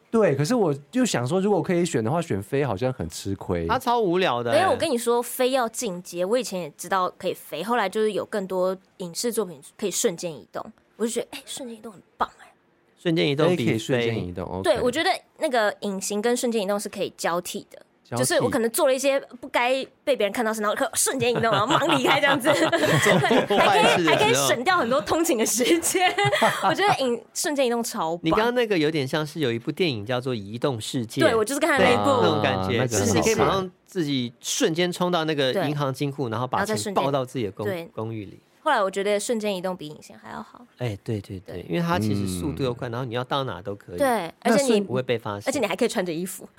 [SPEAKER 2] 对，可是我就想说，如果可以选的话，选飞好像很吃亏。
[SPEAKER 1] 它超无聊的、
[SPEAKER 3] 没有，我跟你说，飞要进阶。我以前也知道可以飞，后来就是有更多影视作品可以瞬间移动，我就觉得哎、瞬间移动很棒哎、
[SPEAKER 1] 瞬间移
[SPEAKER 2] 所
[SPEAKER 1] 动
[SPEAKER 2] 哎以可
[SPEAKER 1] 比
[SPEAKER 2] 以瞬间
[SPEAKER 1] 飞
[SPEAKER 2] 移动。
[SPEAKER 3] 对，我
[SPEAKER 2] 得
[SPEAKER 3] 觉得那个隐形跟瞬间移动是可以交替的，
[SPEAKER 2] 交
[SPEAKER 3] 就是我可能做了一些不该被别人看到的事，然后可瞬间移动，然后忙离开这
[SPEAKER 1] [LAUGHS]
[SPEAKER 3] 样子，
[SPEAKER 1] 做
[SPEAKER 3] 还
[SPEAKER 1] 坏
[SPEAKER 3] 可
[SPEAKER 1] 事
[SPEAKER 3] 以还可
[SPEAKER 1] 的
[SPEAKER 3] 以
[SPEAKER 1] 时候。
[SPEAKER 3] 省掉很多通勤的时
[SPEAKER 1] [LAUGHS]
[SPEAKER 3] 间。我觉得影瞬间移动超
[SPEAKER 1] 你刚刚
[SPEAKER 3] 棒。
[SPEAKER 1] 那个有点像是有一部电影叫做《移动世界》，
[SPEAKER 3] 对，我就是看了那一
[SPEAKER 1] 那
[SPEAKER 3] 部
[SPEAKER 1] 种，感觉，
[SPEAKER 2] 啊那
[SPEAKER 1] 就
[SPEAKER 2] 个
[SPEAKER 1] 是
[SPEAKER 3] 很
[SPEAKER 1] 你
[SPEAKER 3] 好
[SPEAKER 1] 可以马
[SPEAKER 3] 看
[SPEAKER 1] 上自己瞬间冲到那个
[SPEAKER 3] 对
[SPEAKER 1] 银行金库，然后把
[SPEAKER 3] 然后再
[SPEAKER 1] 钱
[SPEAKER 3] 瞬间
[SPEAKER 1] 抱到自己的公
[SPEAKER 3] 对
[SPEAKER 1] 公寓里。
[SPEAKER 3] 后来我觉得瞬间移动比影线还要好，
[SPEAKER 1] 哎，对对对，因为它其实速度
[SPEAKER 2] 嗯
[SPEAKER 1] 又快，然后你要到哪都可以，，
[SPEAKER 3] 对，
[SPEAKER 2] 那
[SPEAKER 3] 而且
[SPEAKER 2] 瞬
[SPEAKER 3] 你
[SPEAKER 1] 不会被发现，
[SPEAKER 3] 而且你还可以穿着
[SPEAKER 1] [LAUGHS]
[SPEAKER 3] 衣服，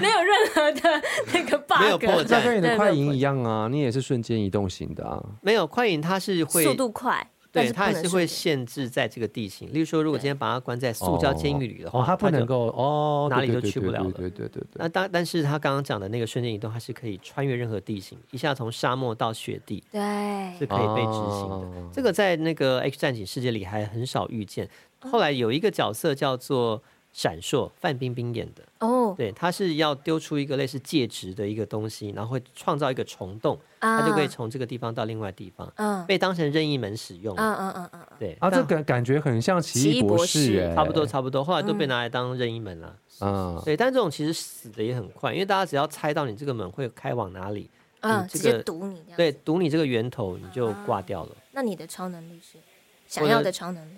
[SPEAKER 3] 没有任何的那个 bug，
[SPEAKER 1] 没有破绽
[SPEAKER 2] 那跟你的
[SPEAKER 3] 对
[SPEAKER 2] 快
[SPEAKER 3] 没有
[SPEAKER 2] 银
[SPEAKER 3] 破
[SPEAKER 2] 一样啊，你也是瞬间移动型的啊。
[SPEAKER 1] 没有快影，它是会
[SPEAKER 3] 速度快，但
[SPEAKER 1] 对，
[SPEAKER 3] 是
[SPEAKER 1] 它
[SPEAKER 3] 不
[SPEAKER 1] 还
[SPEAKER 3] 能
[SPEAKER 1] 是会
[SPEAKER 3] 瞬间
[SPEAKER 1] 限制在这个地形。例如说，如果今天把它关在 [LAUGHS] 塑胶监狱里的话，
[SPEAKER 2] 哦，它不
[SPEAKER 1] 就
[SPEAKER 2] 能。够哦，
[SPEAKER 1] 哪里
[SPEAKER 2] 对
[SPEAKER 1] 都去不了了
[SPEAKER 2] 对对对对对
[SPEAKER 1] 那但但是它刚刚讲的那个瞬间移动，它是可以穿越任何地形，一下从沙漠到雪地是
[SPEAKER 3] 对，
[SPEAKER 1] 可以被执行的。
[SPEAKER 2] 的。
[SPEAKER 1] 这个在那个 X 战警世界里还很少遇见。
[SPEAKER 3] 哦
[SPEAKER 1] 后来有一个角色叫做闪烁，范冰冰演的，
[SPEAKER 3] 哦，
[SPEAKER 1] 对，他是要丢出一个类似戒指的一个东西，然后会创造一个虫洞，
[SPEAKER 3] 啊，
[SPEAKER 1] 它就可以从这个地方到另外地方，
[SPEAKER 3] 嗯，
[SPEAKER 1] 被当成任意门使用
[SPEAKER 3] 嗯
[SPEAKER 1] 了。
[SPEAKER 3] 嗯嗯嗯嗯，
[SPEAKER 1] 对，
[SPEAKER 2] 啊，
[SPEAKER 1] 但
[SPEAKER 2] 这感感觉很像奇
[SPEAKER 3] 奇
[SPEAKER 2] 异
[SPEAKER 3] 异
[SPEAKER 2] 博
[SPEAKER 3] 博
[SPEAKER 2] 士
[SPEAKER 3] 士
[SPEAKER 2] 哎，
[SPEAKER 1] 差不多差不多，后来都被
[SPEAKER 3] 嗯
[SPEAKER 1] 拿来当任意门了。
[SPEAKER 2] 啊。
[SPEAKER 1] 对，但这种其实死的也很快，因为大家只要猜到你这个门会开往哪里，
[SPEAKER 3] 嗯，
[SPEAKER 1] 你
[SPEAKER 3] 直
[SPEAKER 1] 这个
[SPEAKER 3] 接堵你这样。
[SPEAKER 1] 对，，堵你这个源头，你就
[SPEAKER 3] 啊
[SPEAKER 1] 挂掉了。
[SPEAKER 3] 那你的超能力是想
[SPEAKER 1] 我
[SPEAKER 3] 要
[SPEAKER 1] 的
[SPEAKER 3] 的超能力？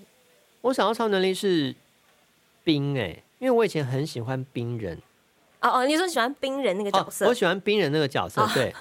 [SPEAKER 1] 我想要超能力是冰哎、因为我以前很喜欢冰人，哦
[SPEAKER 3] 哦哦，你说喜欢冰人那个角色？
[SPEAKER 1] 我喜欢冰人那个角色，对，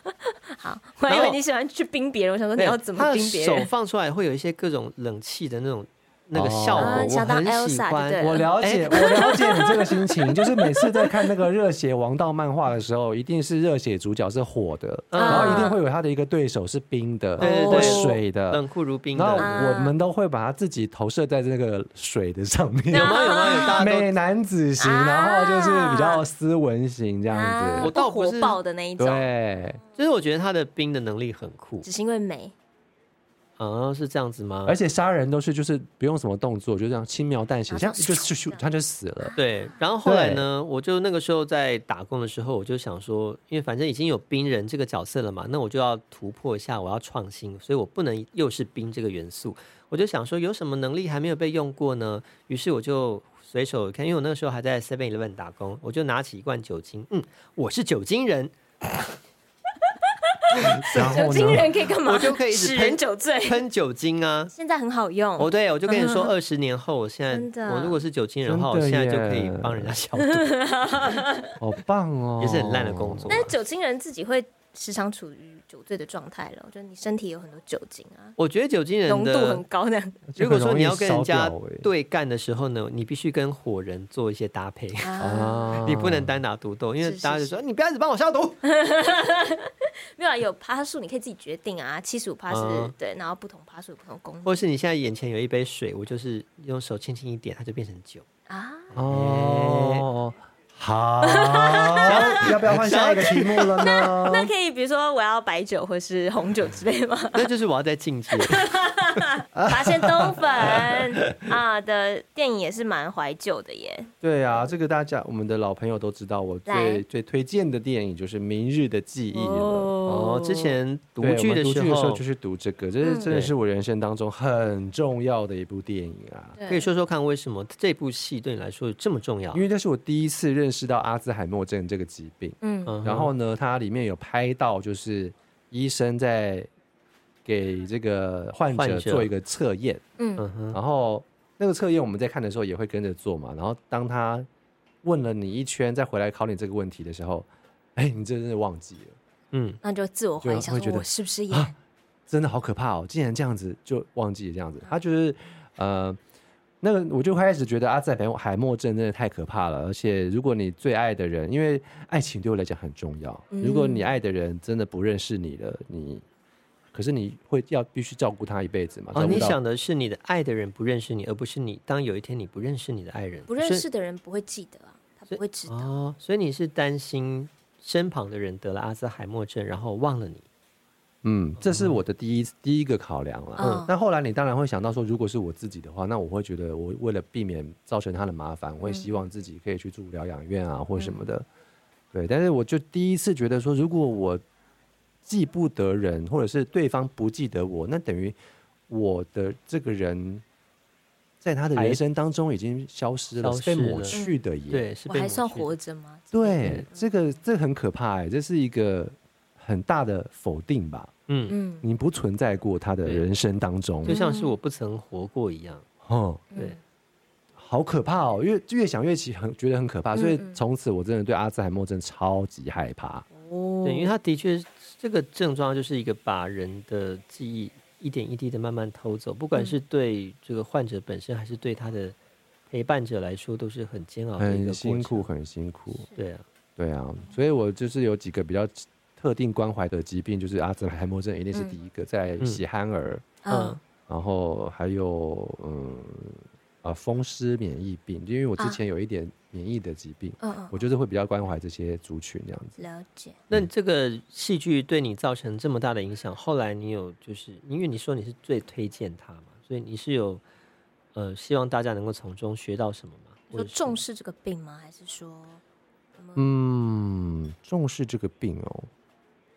[SPEAKER 3] 好，我还以
[SPEAKER 1] 然后
[SPEAKER 3] 为你喜欢去冰别人，我想 [LAUGHS] 说你
[SPEAKER 1] 没有
[SPEAKER 3] 要怎
[SPEAKER 1] 他
[SPEAKER 3] 么
[SPEAKER 1] 的
[SPEAKER 3] 冰别
[SPEAKER 1] 手
[SPEAKER 3] 人？
[SPEAKER 1] 放出来会有一些各种冷气的那种那个效
[SPEAKER 2] 哦
[SPEAKER 1] 果，
[SPEAKER 2] 啊
[SPEAKER 1] 我
[SPEAKER 3] 想到
[SPEAKER 1] 很喜
[SPEAKER 3] Elsa 就
[SPEAKER 1] 欢。
[SPEAKER 3] 对了哎
[SPEAKER 2] 我了解，我了解你这个心情，就是每次在看那个热血王道漫画的时候，一定是热血主角是火的，
[SPEAKER 1] 嗯
[SPEAKER 2] 然后一定会有他的一个对手是冰的，
[SPEAKER 1] 对对
[SPEAKER 2] 或
[SPEAKER 1] 对
[SPEAKER 2] 水的，
[SPEAKER 1] 冷酷如冰
[SPEAKER 2] 然后
[SPEAKER 1] 的，
[SPEAKER 2] 我们都会把他自己投射在这个水的上面
[SPEAKER 1] 有，吗？有吗？有大家
[SPEAKER 2] [LAUGHS] 美
[SPEAKER 1] 都。
[SPEAKER 2] 男子型，然后就是比较斯文型这样
[SPEAKER 3] 啊
[SPEAKER 2] 子
[SPEAKER 1] 我，倒
[SPEAKER 3] 不
[SPEAKER 1] 不
[SPEAKER 3] 火
[SPEAKER 1] 是
[SPEAKER 3] 爆的那一种，
[SPEAKER 2] 对。
[SPEAKER 1] 就是我觉得他的冰的能力很酷
[SPEAKER 3] 只是因为美。
[SPEAKER 1] 啊，是这样子吗？
[SPEAKER 2] 而且杀人都是就是不用什么动作，就这样轻描淡写，
[SPEAKER 3] 然后
[SPEAKER 2] 这样
[SPEAKER 3] 就
[SPEAKER 2] 就咻咻，他就死
[SPEAKER 1] [LAUGHS]
[SPEAKER 2] 了。
[SPEAKER 1] 对，然后后来呢，我就那个时候在打工的时候，我就想说，因为反正已经有冰人这个角色了嘛，那我就要突破一下，我要创新，所以我不能又是冰这个元素。我就想说，有什么能力还没有被用过呢？于是我就随手看，因为我那个时候还在 Seven Eleven 打工，我就拿起一罐酒精，嗯，我是酒精
[SPEAKER 3] [LAUGHS]
[SPEAKER 1] 人，
[SPEAKER 2] 然
[SPEAKER 3] 酒
[SPEAKER 2] 后
[SPEAKER 3] 精
[SPEAKER 2] 呢？
[SPEAKER 3] 人可以干嘛？
[SPEAKER 1] 我就可以一直
[SPEAKER 3] 使
[SPEAKER 1] 喷
[SPEAKER 3] 人酒醉。
[SPEAKER 1] 喷酒精啊。
[SPEAKER 3] 现在很好用，
[SPEAKER 1] 哦，对，我就跟你说，
[SPEAKER 3] [LAUGHS]
[SPEAKER 1] 二十年后，我现
[SPEAKER 3] 真
[SPEAKER 1] 在
[SPEAKER 3] 的
[SPEAKER 1] 我如果是酒精人的话，我
[SPEAKER 2] 真的
[SPEAKER 1] 现在就可以
[SPEAKER 2] 耶
[SPEAKER 1] 帮人家消毒，
[SPEAKER 2] 好棒哦！
[SPEAKER 1] 也是很烂的工作。啊
[SPEAKER 3] 但是酒精人自己会时常处于酒醉的状态了，就是你身体有很多酒精啊，
[SPEAKER 1] 我觉得酒精人
[SPEAKER 3] 浓度
[SPEAKER 1] 的
[SPEAKER 3] 很高那样
[SPEAKER 1] 如果说你要跟人家
[SPEAKER 2] 就很容易烧掉欸
[SPEAKER 1] 对干的时候呢，你必须跟火人做一些搭配，
[SPEAKER 3] 啊。
[SPEAKER 2] 啊，
[SPEAKER 1] 你不能单打独斗，因为
[SPEAKER 3] 是是
[SPEAKER 1] 大家就说你不要一直帮我消毒。
[SPEAKER 3] 没有啊，有趴数你可以自己决定啊，七十五趴是
[SPEAKER 1] 啊
[SPEAKER 3] 对，然后不同趴数有不同功能
[SPEAKER 1] 或是你现在眼前有一杯水，我就是用手轻轻一点，它就变成酒。
[SPEAKER 3] 啊。
[SPEAKER 2] 哦。
[SPEAKER 1] 哎 [LAUGHS]
[SPEAKER 2] 好，要不要换下一个题目
[SPEAKER 1] [LAUGHS]
[SPEAKER 2] 了呢？
[SPEAKER 3] 那可以比如说我要白酒或是红酒之类
[SPEAKER 1] [LAUGHS]
[SPEAKER 3] 吗？
[SPEAKER 1] 那就是我要在
[SPEAKER 3] [LAUGHS]
[SPEAKER 1] 境界。
[SPEAKER 3] 发现东粉啊的电影也是蛮怀旧的耶，
[SPEAKER 2] 对啊，这个大家我们的老朋友都知道，我最
[SPEAKER 3] 来
[SPEAKER 2] 最推荐的电影就是《明日的记忆》了。
[SPEAKER 1] 哦，之前读
[SPEAKER 2] 对
[SPEAKER 1] 剧
[SPEAKER 2] 我
[SPEAKER 1] 的
[SPEAKER 2] 们读
[SPEAKER 1] 时
[SPEAKER 2] 剧的时候
[SPEAKER 1] 候
[SPEAKER 2] 就，是读这个，这是
[SPEAKER 3] 嗯
[SPEAKER 2] 真的是我人生当中很重要的一部电影啊。
[SPEAKER 3] 对
[SPEAKER 1] 可以说说看为什么这部戏对你来说这么重要
[SPEAKER 2] 因？为这是我第一次认识到阿兹海默症这个疾病。
[SPEAKER 3] 嗯
[SPEAKER 1] 嗯哼
[SPEAKER 2] 然后呢，它里面有拍到就是医生在给这个患
[SPEAKER 1] 患
[SPEAKER 2] 者
[SPEAKER 1] 者
[SPEAKER 2] 做一个测验，
[SPEAKER 3] 嗯
[SPEAKER 1] 嗯哼，
[SPEAKER 2] 然后那个测验我们在看的时候也会跟着做嘛。然后当他问了你一圈，再回来考你这个问题的时候，哎，你真的是忘记了，
[SPEAKER 1] 嗯，
[SPEAKER 3] 那就自我
[SPEAKER 2] 就
[SPEAKER 3] 幻想
[SPEAKER 2] 会觉
[SPEAKER 3] 说
[SPEAKER 2] 得
[SPEAKER 3] 我是不是也
[SPEAKER 2] 啊真的好可怕哦！竟然这样子就忘记了这样子，他就是呃。那个我就开始觉得阿兹海默海默症真的太可怕了，而且如果你最爱的人，因为爱情对我来讲很重要，
[SPEAKER 1] 嗯
[SPEAKER 2] 如果你爱的人真的不认识你了，你可是你会要必须照顾他一辈子嘛？
[SPEAKER 1] 哦，
[SPEAKER 2] 照顾
[SPEAKER 1] 你
[SPEAKER 2] 啊到
[SPEAKER 1] 想的是你的爱的人不认识你，而不是你当有一天你不认识你的爱人，
[SPEAKER 3] 不认
[SPEAKER 1] 所以
[SPEAKER 3] 识的人不会记得啊，他不会知道。
[SPEAKER 1] 哦，所以你是担心身旁的人得了阿兹海默症，然后忘了你。
[SPEAKER 2] 嗯，这是我的第一第一个考量了。
[SPEAKER 3] 嗯
[SPEAKER 2] 那后来你当然会想到说，如果是我自己的话，那我会觉得我为了避免造成他的麻烦，我会希望自己可以去住疗养院啊或什么的。对，但是我就第一次觉得说，如果我记不得人，或者是对方不记得我，那等于我的这个人。在他的
[SPEAKER 1] 还
[SPEAKER 2] 人生当中已经消失了，
[SPEAKER 1] 消
[SPEAKER 2] 是被
[SPEAKER 1] 失
[SPEAKER 2] 抹
[SPEAKER 1] 了
[SPEAKER 2] 去的耶。
[SPEAKER 1] 对，是
[SPEAKER 3] 我
[SPEAKER 1] 被
[SPEAKER 3] 还
[SPEAKER 1] 抹
[SPEAKER 3] 算
[SPEAKER 1] 去的
[SPEAKER 3] 活着吗？
[SPEAKER 2] 对，这个这个很可怕哎、这是一个很大的否定吧。
[SPEAKER 1] 嗯，
[SPEAKER 3] 嗯，
[SPEAKER 2] 你不存在过他的
[SPEAKER 1] 对
[SPEAKER 2] 人生当中
[SPEAKER 1] 就，像是我不曾活过一样。
[SPEAKER 2] 哦，
[SPEAKER 3] 嗯
[SPEAKER 1] 对，
[SPEAKER 2] 好可怕哦！越越想越起很觉得很可怕，所以
[SPEAKER 3] 嗯嗯
[SPEAKER 2] 从此我真的对阿兹海默症超级害怕。
[SPEAKER 3] 哦
[SPEAKER 1] 对，因为它的确是这个症状就是一个把人的记忆一点一滴的慢慢偷走，不
[SPEAKER 3] 嗯
[SPEAKER 1] 管是对这个患者本身，还是对他的陪伴者来说，都是很煎熬的哦一个
[SPEAKER 2] 很
[SPEAKER 1] 过
[SPEAKER 2] 辛
[SPEAKER 1] 程。
[SPEAKER 2] 苦，很辛苦。
[SPEAKER 1] 对啊，
[SPEAKER 2] 对啊，所以我就是有几个比较特定关怀的疾病，就是阿兹海默症一定是第一个，在
[SPEAKER 1] 嗯
[SPEAKER 2] 喜憨儿，
[SPEAKER 1] 嗯
[SPEAKER 3] 嗯，
[SPEAKER 2] 然后还有嗯啊风湿免疫病，因为我之
[SPEAKER 1] 啊
[SPEAKER 2] 前有一点免疫的疾病，
[SPEAKER 3] 嗯
[SPEAKER 2] 我就是会比较关怀这些族群这样子。
[SPEAKER 3] 了解。
[SPEAKER 1] 那这个戏剧对你造成这么大的影响，后来你有就是因为你说你是最推荐他嘛，所以你是有呃希望大家能够从中学到什么吗？
[SPEAKER 3] 说重
[SPEAKER 1] 视
[SPEAKER 3] 视这个病吗？还是说
[SPEAKER 2] 嗯，重视这个病哦，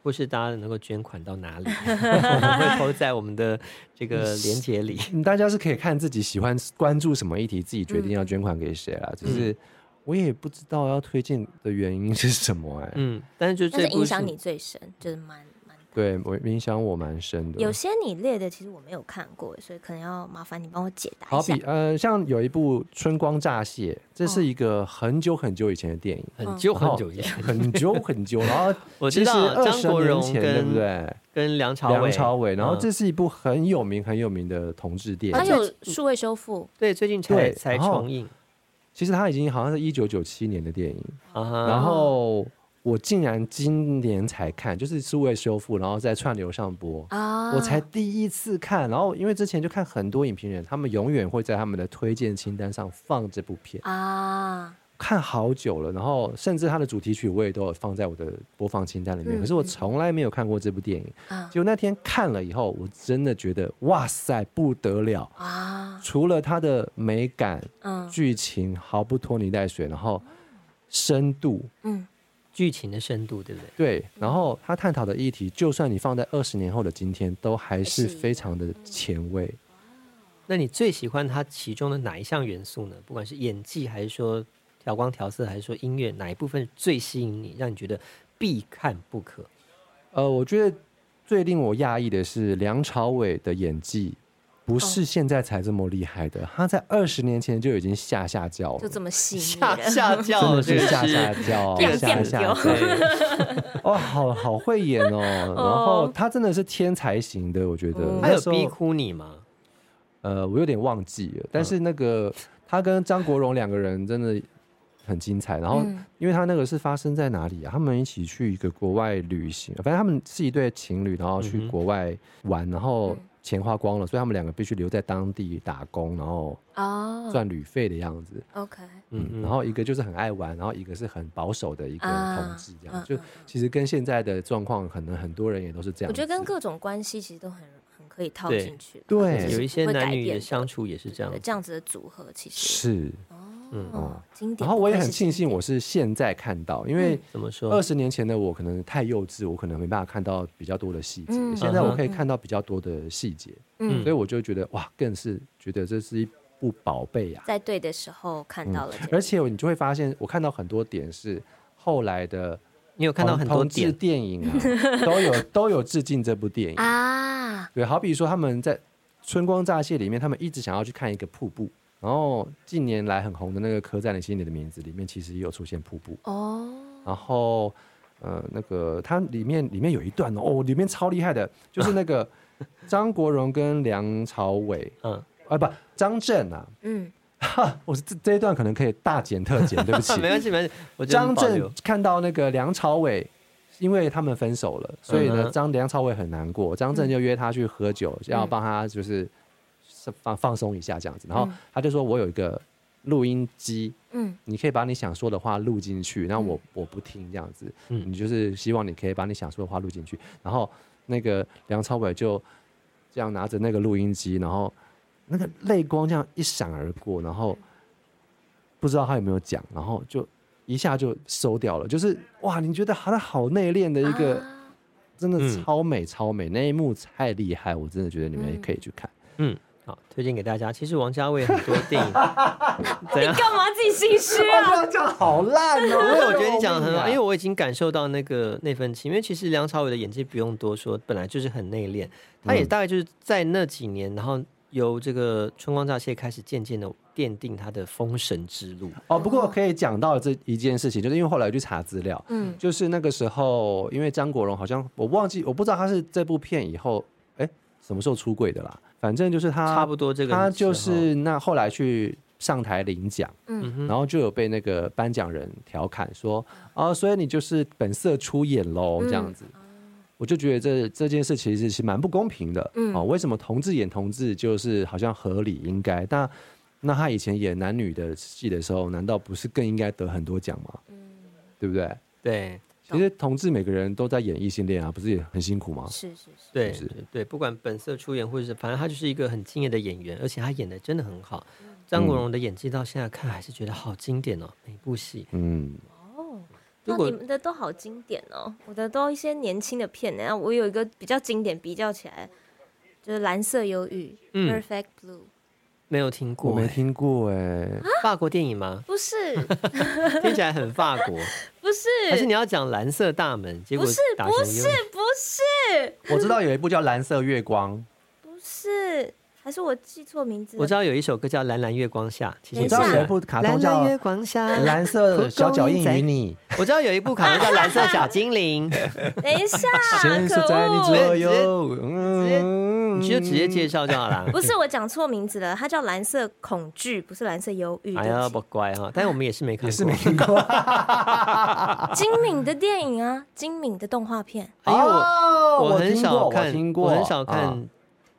[SPEAKER 1] 或是大家能够捐款到
[SPEAKER 3] [LAUGHS]
[SPEAKER 1] 哪里？我们会投在我们的这个连接
[SPEAKER 3] [LAUGHS]
[SPEAKER 1] 里。
[SPEAKER 2] 嗯大家是可以看自己喜欢关注什么议题，自己决定要捐款给谁
[SPEAKER 1] 嗯
[SPEAKER 2] 啦。就是我也不知道要推荐的原因是什么哎、
[SPEAKER 1] 嗯，但是就
[SPEAKER 3] 但
[SPEAKER 1] 这
[SPEAKER 3] 是
[SPEAKER 1] 部
[SPEAKER 3] 影响你最深，就是蛮蛮
[SPEAKER 2] 对我影响我蛮深的。
[SPEAKER 3] 有些你列的，其实我没有看过，所以可能要麻烦你帮我解答
[SPEAKER 2] 好
[SPEAKER 3] 一下
[SPEAKER 2] 比。呃，像有一部《春光乍泄》，这是
[SPEAKER 3] 哦
[SPEAKER 2] 一个很久很久以前的
[SPEAKER 1] [LAUGHS]
[SPEAKER 2] 电影，
[SPEAKER 1] 很
[SPEAKER 3] 嗯
[SPEAKER 1] 久
[SPEAKER 2] 然后
[SPEAKER 1] 很久以前，
[SPEAKER 2] 很久很久，然后
[SPEAKER 1] 我
[SPEAKER 2] 其
[SPEAKER 1] 知
[SPEAKER 2] 哦
[SPEAKER 1] 道
[SPEAKER 2] 实二
[SPEAKER 1] 张
[SPEAKER 2] 十
[SPEAKER 1] 国
[SPEAKER 2] 年
[SPEAKER 1] 荣
[SPEAKER 2] 前，对不
[SPEAKER 1] 跟
[SPEAKER 2] 对？
[SPEAKER 1] 跟梁朝伟，
[SPEAKER 2] 梁朝伟，然后
[SPEAKER 1] 嗯
[SPEAKER 2] 这是一部很有名很有名的同志电
[SPEAKER 3] 它
[SPEAKER 2] 影。
[SPEAKER 3] 有数位修复，
[SPEAKER 1] 对最近才
[SPEAKER 2] 对
[SPEAKER 1] 才
[SPEAKER 2] 然后
[SPEAKER 1] 重映
[SPEAKER 2] 其实它已经好像是一九九七年的电影，
[SPEAKER 1] 啊哈，
[SPEAKER 3] 嗯
[SPEAKER 2] 然后我竟然今年才看，就是数位修复，然后在串流上播。
[SPEAKER 3] 啊，
[SPEAKER 2] 我才第一次看，然后因为之前就看很多影评人，他们永远会在他们的推荐清单上放这部片，
[SPEAKER 3] 啊，
[SPEAKER 2] 看好久了，然后甚至它的主题曲我也都有放在我的播放清单里面，
[SPEAKER 3] 嗯
[SPEAKER 2] 可是我从来没有看过这部电影。
[SPEAKER 3] 啊
[SPEAKER 2] 结果那天看了以后，我真的觉得哇塞不得了，
[SPEAKER 3] 啊，
[SPEAKER 2] 除了它的美感、
[SPEAKER 3] 嗯
[SPEAKER 2] 剧情毫不拖泥带水，然后深度
[SPEAKER 3] 嗯，
[SPEAKER 1] 剧情的深度，对不对？
[SPEAKER 2] 对，然后他探讨的议题，就算你放在二十年后的今天，都还是
[SPEAKER 3] 还是
[SPEAKER 2] 非常的前卫。
[SPEAKER 1] 那你最喜欢它其中的哪一项元素呢？不管是演技，还是说调光调色，还是说音乐，哪一部分最吸引你，让你觉得必看不可？
[SPEAKER 2] 呃，我觉得最令我讶异的是梁朝伟的演技，不是现在才这么厉害的，他在二十年前就已经下下叫
[SPEAKER 3] 就
[SPEAKER 2] 了。
[SPEAKER 3] 这么细腻
[SPEAKER 1] 下
[SPEAKER 3] 的，
[SPEAKER 1] 下 [LAUGHS]
[SPEAKER 2] 真
[SPEAKER 1] 叫
[SPEAKER 2] 的
[SPEAKER 1] 这
[SPEAKER 2] 是
[SPEAKER 1] 个
[SPEAKER 2] 下下
[SPEAKER 1] 是。 [LAUGHS]
[SPEAKER 2] 叫，
[SPEAKER 3] 这个是
[SPEAKER 2] 下下叫，[LAUGHS]
[SPEAKER 3] [LAUGHS]
[SPEAKER 2] 哦，好好会演哦。然后他真的是天才型的，我觉得
[SPEAKER 3] 嗯。
[SPEAKER 1] 他有
[SPEAKER 2] 那时候
[SPEAKER 1] 逼哭你吗？
[SPEAKER 2] 呃，我有点忘记了，但是那个、他跟张国荣两个人真的很精彩。然后，
[SPEAKER 3] 嗯
[SPEAKER 2] 因为他那个是发生在哪里啊？他们一起去一个国外旅行，反正他们是一对情侣，然后去
[SPEAKER 1] 嗯哼
[SPEAKER 2] 国外玩，然后
[SPEAKER 3] 嗯
[SPEAKER 2] 钱花光了，所以他们两个必须留在当地打工，然后
[SPEAKER 3] 哦
[SPEAKER 2] 赚旅费的样子。
[SPEAKER 3] ，OK，
[SPEAKER 1] 嗯嗯，
[SPEAKER 2] 然后一个就是很爱玩，然后一个是很保守的一个
[SPEAKER 3] 啊
[SPEAKER 2] 同志，这样、
[SPEAKER 3] 嗯
[SPEAKER 2] 就
[SPEAKER 3] 嗯嗯
[SPEAKER 2] 其实跟现在的状况，可能很多人也都是这样
[SPEAKER 3] 我
[SPEAKER 2] 子。
[SPEAKER 3] 觉得跟各种关系其实都很很可以套
[SPEAKER 1] 对
[SPEAKER 3] 进去的，
[SPEAKER 2] 对
[SPEAKER 3] 就是
[SPEAKER 1] 有一些
[SPEAKER 3] 不会
[SPEAKER 1] 男
[SPEAKER 3] 改
[SPEAKER 1] 女的
[SPEAKER 3] 变的
[SPEAKER 1] 相处也是这样
[SPEAKER 3] 对。这样子的组合其实
[SPEAKER 2] 是，
[SPEAKER 3] 哦，经典。
[SPEAKER 2] 然后我也很
[SPEAKER 3] 不愧是
[SPEAKER 2] 庆幸
[SPEAKER 3] 经典，
[SPEAKER 2] 我是现在看到，因
[SPEAKER 3] 嗯
[SPEAKER 2] 为、
[SPEAKER 1] 怎么说
[SPEAKER 2] 二？十年前的我可能太幼稚，我可能没办法看到比较多的细节。
[SPEAKER 3] 嗯
[SPEAKER 2] 现在我
[SPEAKER 1] 嗯
[SPEAKER 2] 可以看到比较多的细节，
[SPEAKER 1] 嗯
[SPEAKER 2] 所以我就觉得哇，更是觉得这是一部宝贝呀、
[SPEAKER 3] 在对的时候
[SPEAKER 1] 嗯
[SPEAKER 3] 看到了这个，
[SPEAKER 2] 而且你就会发现，我看到很多点是后来的
[SPEAKER 1] 你 [LAUGHS] 有看到
[SPEAKER 2] 同
[SPEAKER 1] 很多
[SPEAKER 2] 同
[SPEAKER 1] 点，
[SPEAKER 2] 志电影啊，都有都有致敬这部电影。
[SPEAKER 3] 啊，
[SPEAKER 2] 对，好比说他们在《春光乍泄》里面，他们一直想要去看一个瀑布，然后近年来很红的那个《刻在你心里的名字》里面，其实也有出现瀑布。
[SPEAKER 1] 嗯
[SPEAKER 3] 哦，
[SPEAKER 2] 然后呃，那个它里面里面有一段哦哦，里面超厉害的，就是那个张国荣跟梁朝伟
[SPEAKER 1] 嗯，。
[SPEAKER 2] 啊，不张震啊，
[SPEAKER 3] 嗯，
[SPEAKER 2] 哈，我这这一段可能可以大剪特剪，对不起
[SPEAKER 1] 啊 [LAUGHS] 没关系，没关系，我觉得
[SPEAKER 2] 张
[SPEAKER 1] 很保
[SPEAKER 2] 震
[SPEAKER 1] 留
[SPEAKER 2] 看到那个梁朝伟。因为他们分手了，所以
[SPEAKER 1] 嗯
[SPEAKER 2] 呢，
[SPEAKER 1] 哼嗯
[SPEAKER 2] 张梁朝伟很难过，张震就约他去喝酒，要
[SPEAKER 3] 嗯
[SPEAKER 2] 帮他就是放放松一下这样子。然后
[SPEAKER 3] 嗯
[SPEAKER 2] 他就说：“我有一个录音机，
[SPEAKER 3] 嗯，
[SPEAKER 2] 你可以把你想说的话录进去，那我我不听这样子，
[SPEAKER 1] 嗯
[SPEAKER 2] 你就是希望你可以把你想说的话录进去。然后那个梁朝伟就这样拿着那个录音机，然后那个泪光这样一闪而过，然后不知道他有没有讲，然后就一下就收掉了。就是哇，你觉得他好内敛的一个，
[SPEAKER 3] 啊
[SPEAKER 2] 真的
[SPEAKER 1] 嗯
[SPEAKER 2] 超美超美，那一幕太厉害，我真的觉得你们也
[SPEAKER 3] 嗯
[SPEAKER 2] 可以去看。
[SPEAKER 1] 嗯，好，推荐给大家。其实王家卫很多电
[SPEAKER 2] [LAUGHS]
[SPEAKER 1] 影，怎样？
[SPEAKER 3] 干嘛自己心虚啊？
[SPEAKER 2] 这样好烂哦！
[SPEAKER 1] 因为 [LAUGHS] 我觉得你讲的很好，
[SPEAKER 2] [LAUGHS]
[SPEAKER 1] 因为我已经感受到那个那份情。因为其实梁朝伟的演技不用多说，本来就是很内敛，他也大概就是在那几年，然后由这个《春光乍泄》开始，渐渐的奠定他的封神之路。
[SPEAKER 2] 哦，不过可以讲到这一件事情，就是因为后来我去查资料，
[SPEAKER 3] 嗯
[SPEAKER 2] 就是那个时候，因为张国荣好像我忘记，我不知道他是这部片以后，哎，什么时候出柜的啦，反正就是他
[SPEAKER 1] 差不多这个
[SPEAKER 2] 他就
[SPEAKER 1] 时候
[SPEAKER 2] 是那后来去上台领奖，
[SPEAKER 1] 嗯
[SPEAKER 2] 然后就有被那个颁奖人调侃说，哦，所以你就是本色出演喽，
[SPEAKER 1] 嗯
[SPEAKER 2] 这样子。我就觉得这这件事其实是蛮不公平的，嗯，哦，为什么同志演同志就是好像合理应该？但那他以前演男女的戏的时候，难道不是更应该得很多奖吗？
[SPEAKER 1] 嗯
[SPEAKER 2] 对不对？
[SPEAKER 1] 对
[SPEAKER 2] 其实同志每个人都在演异性恋啊，不是也很辛苦吗？
[SPEAKER 3] 是是是，
[SPEAKER 1] 对
[SPEAKER 2] 是不是
[SPEAKER 1] 对，不管本色出演或者是，反正他就是一个很敬业的演员，而且他演的真的很好。
[SPEAKER 2] 嗯
[SPEAKER 1] 张国荣的演技到现在看还是觉得好经典哦，每部戏。
[SPEAKER 2] 嗯，
[SPEAKER 3] 哦。
[SPEAKER 1] 如
[SPEAKER 3] 那
[SPEAKER 1] 果
[SPEAKER 3] 你们的都好经典哦，我的都一些年轻的片呢。然后我有一个比较经典，比较起来就是《蓝色忧郁》
[SPEAKER 1] 嗯
[SPEAKER 3] （Perfect Blue），
[SPEAKER 1] 没有听
[SPEAKER 2] 我
[SPEAKER 1] 过
[SPEAKER 2] 没
[SPEAKER 1] 欸，
[SPEAKER 2] 听过哎、
[SPEAKER 1] 法国电影吗？
[SPEAKER 3] 不是
[SPEAKER 1] 听起来很法国，
[SPEAKER 3] 不是
[SPEAKER 1] [LAUGHS] 还是你要讲蓝色大门？结
[SPEAKER 3] 不
[SPEAKER 1] 果
[SPEAKER 3] 是
[SPEAKER 1] 打
[SPEAKER 3] 不
[SPEAKER 1] 成一
[SPEAKER 3] 是
[SPEAKER 1] 个
[SPEAKER 3] 不是
[SPEAKER 2] 我知道有一部叫《蓝色月光》，
[SPEAKER 3] 不是，还是我记错名字了？
[SPEAKER 1] 我知道有一首歌叫《蓝蓝月光下》，其实
[SPEAKER 3] 等
[SPEAKER 2] 我
[SPEAKER 3] 一
[SPEAKER 2] 知道
[SPEAKER 3] 下
[SPEAKER 2] 有一部卡通
[SPEAKER 1] 蓝
[SPEAKER 2] 叫
[SPEAKER 1] 蓝月
[SPEAKER 2] 《
[SPEAKER 1] 光下》，
[SPEAKER 2] 蓝色小脚印与你，》，
[SPEAKER 1] 我知道有一部卡通叫《蓝色小精灵》，
[SPEAKER 3] 等一
[SPEAKER 1] [LAUGHS]
[SPEAKER 3] 下
[SPEAKER 2] 线
[SPEAKER 3] 可
[SPEAKER 2] 索在你
[SPEAKER 3] 恶！
[SPEAKER 2] 左右。 [LAUGHS] 嗯
[SPEAKER 1] 你就直接介绍就好了。
[SPEAKER 3] 不是我讲错名字了，它叫蓝色恐惧，不是蓝色忧郁。
[SPEAKER 1] 哎
[SPEAKER 3] 对不
[SPEAKER 1] 呀，
[SPEAKER 3] 起
[SPEAKER 1] 不乖哈！但是我们也是没看过，
[SPEAKER 2] 也是没听过。
[SPEAKER 3] 精明的电影啊，精明的动画片。
[SPEAKER 1] 哎呦，我
[SPEAKER 2] 哦
[SPEAKER 1] 我很
[SPEAKER 2] 听
[SPEAKER 1] 少
[SPEAKER 2] 过
[SPEAKER 1] 看，
[SPEAKER 2] 我听
[SPEAKER 1] 我
[SPEAKER 2] 过，
[SPEAKER 1] 很少
[SPEAKER 2] 啊。
[SPEAKER 1] 看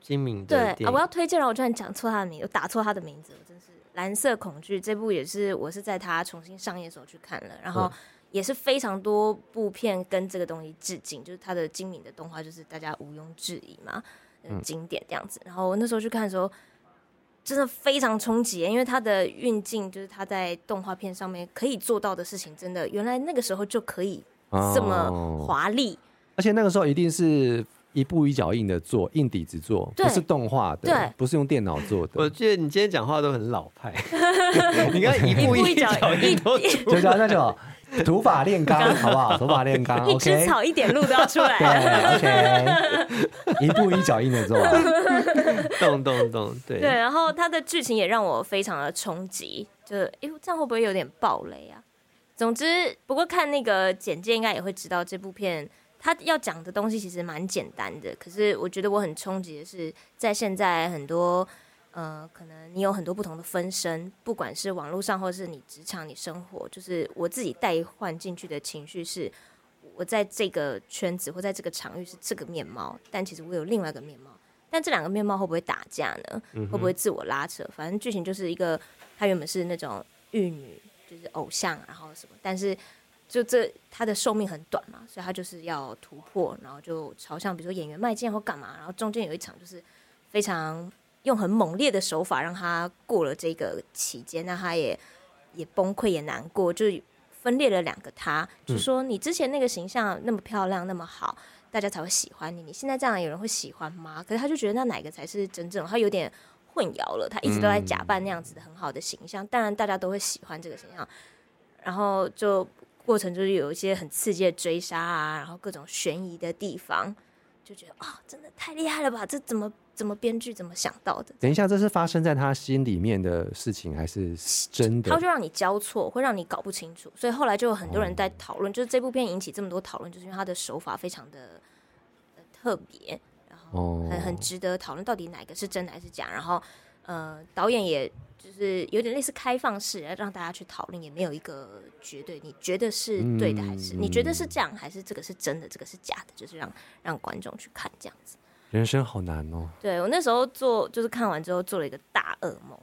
[SPEAKER 1] 金敏
[SPEAKER 3] 对
[SPEAKER 1] 的电
[SPEAKER 3] 啊，我要
[SPEAKER 1] 影。
[SPEAKER 3] 推荐了，我居然讲错他的名，我打错他的名字，我真是蓝色恐惧这部也是我是在他重新上映的时候去看了，然后也是非常多部片跟这个东西致敬，就是他的精明的动画，就是大家毋庸置疑嘛，嗯，经典这样子。然后我那时候去看的时候。真的非常冲击，因为他的运镜就是他在动画片上面可以做到的事情，真的原来那个时候就可以这么
[SPEAKER 2] 哦
[SPEAKER 3] 华丽，
[SPEAKER 2] 而且那个时候一定是一步一脚印的做，硬底子做，
[SPEAKER 3] 对
[SPEAKER 2] 不是动画的，
[SPEAKER 3] 对
[SPEAKER 2] 不是用电脑做
[SPEAKER 1] 我
[SPEAKER 2] 的。
[SPEAKER 1] 觉得你今天讲话都很老
[SPEAKER 3] [LAUGHS]
[SPEAKER 1] 派，你刚刚一步
[SPEAKER 3] 一步
[SPEAKER 1] 一
[SPEAKER 3] 一脚
[SPEAKER 1] 脚印都
[SPEAKER 3] 一
[SPEAKER 2] [LAUGHS] 就叫那种土法炼
[SPEAKER 1] [LAUGHS]
[SPEAKER 2] 钢，好不好？土法炼钢
[SPEAKER 3] 一枝
[SPEAKER 2] ，OK。
[SPEAKER 3] 草一点露都要出来
[SPEAKER 2] 对啊
[SPEAKER 3] 了。
[SPEAKER 2] ，OK。一
[SPEAKER 1] [LAUGHS]
[SPEAKER 2] 步一脚印的做啊，
[SPEAKER 1] 动动动，对
[SPEAKER 3] 对，然后它的剧情也让我非常的冲击，就是哎，诶这样会不会有点暴雷啊？总之，不过看那个简介应该也会知道，这部片它要讲的东西其实蛮简单的。可是我觉得我很冲击的是，在现在很多呃，可能你有很多不同的分身，不管是网络上或是你职场、你生活，就是我自己代换进去的情绪是。我在这个圈子或在这个场域是这个面貌，但其实我有另外一个面貌。但这两个面貌会不会打架呢？会不会自我拉扯？反正剧情就是一个，她原本是那种玉女，就是偶像，啊然后什么，但是就这她的寿命很短嘛，所以她就是要突破，然后就朝向比如说演员迈进或干嘛，然后中间有一场就是非常用很猛烈的手法让她过了这个期间，那她也也崩溃也难过，就是分裂了两个她，就说你之前那个形象那么漂亮那么好，大家才会喜欢你。你现在这样有人会喜欢吗？可是他就觉得那哪个才是真正的？他有点混淆了，他一直都在假扮那样子的很好的形象。当然，大家都会喜欢这个形象，然后就过程就是有一些很刺激的追杀啊，然后各种悬疑的地方，就觉得哦，真的太厉害了吧！这怎么怎么编剧怎么想到的？
[SPEAKER 2] 等一下，这是发生在他心里面的事情，还是真
[SPEAKER 3] 它
[SPEAKER 2] 的
[SPEAKER 3] 会？让你交错，会让你搞不清楚。所以后来就有很多人在讨论，就是这部片引起这么多讨论，就是因为它的手法非常的、呃、特别，然后很
[SPEAKER 2] 哦
[SPEAKER 3] 很值得讨论，到底哪个是真哪个是假。然后呃，导演也就是有点类似开放式，让大家去讨论，也没有一个绝对，你觉得是对的还是、你觉得是这样，还是这个是真的，这个是假的，就是让让观众去看这样子。
[SPEAKER 2] 人生好难哦。
[SPEAKER 3] 对我那时候做，就是看完之后做了一个大噩梦，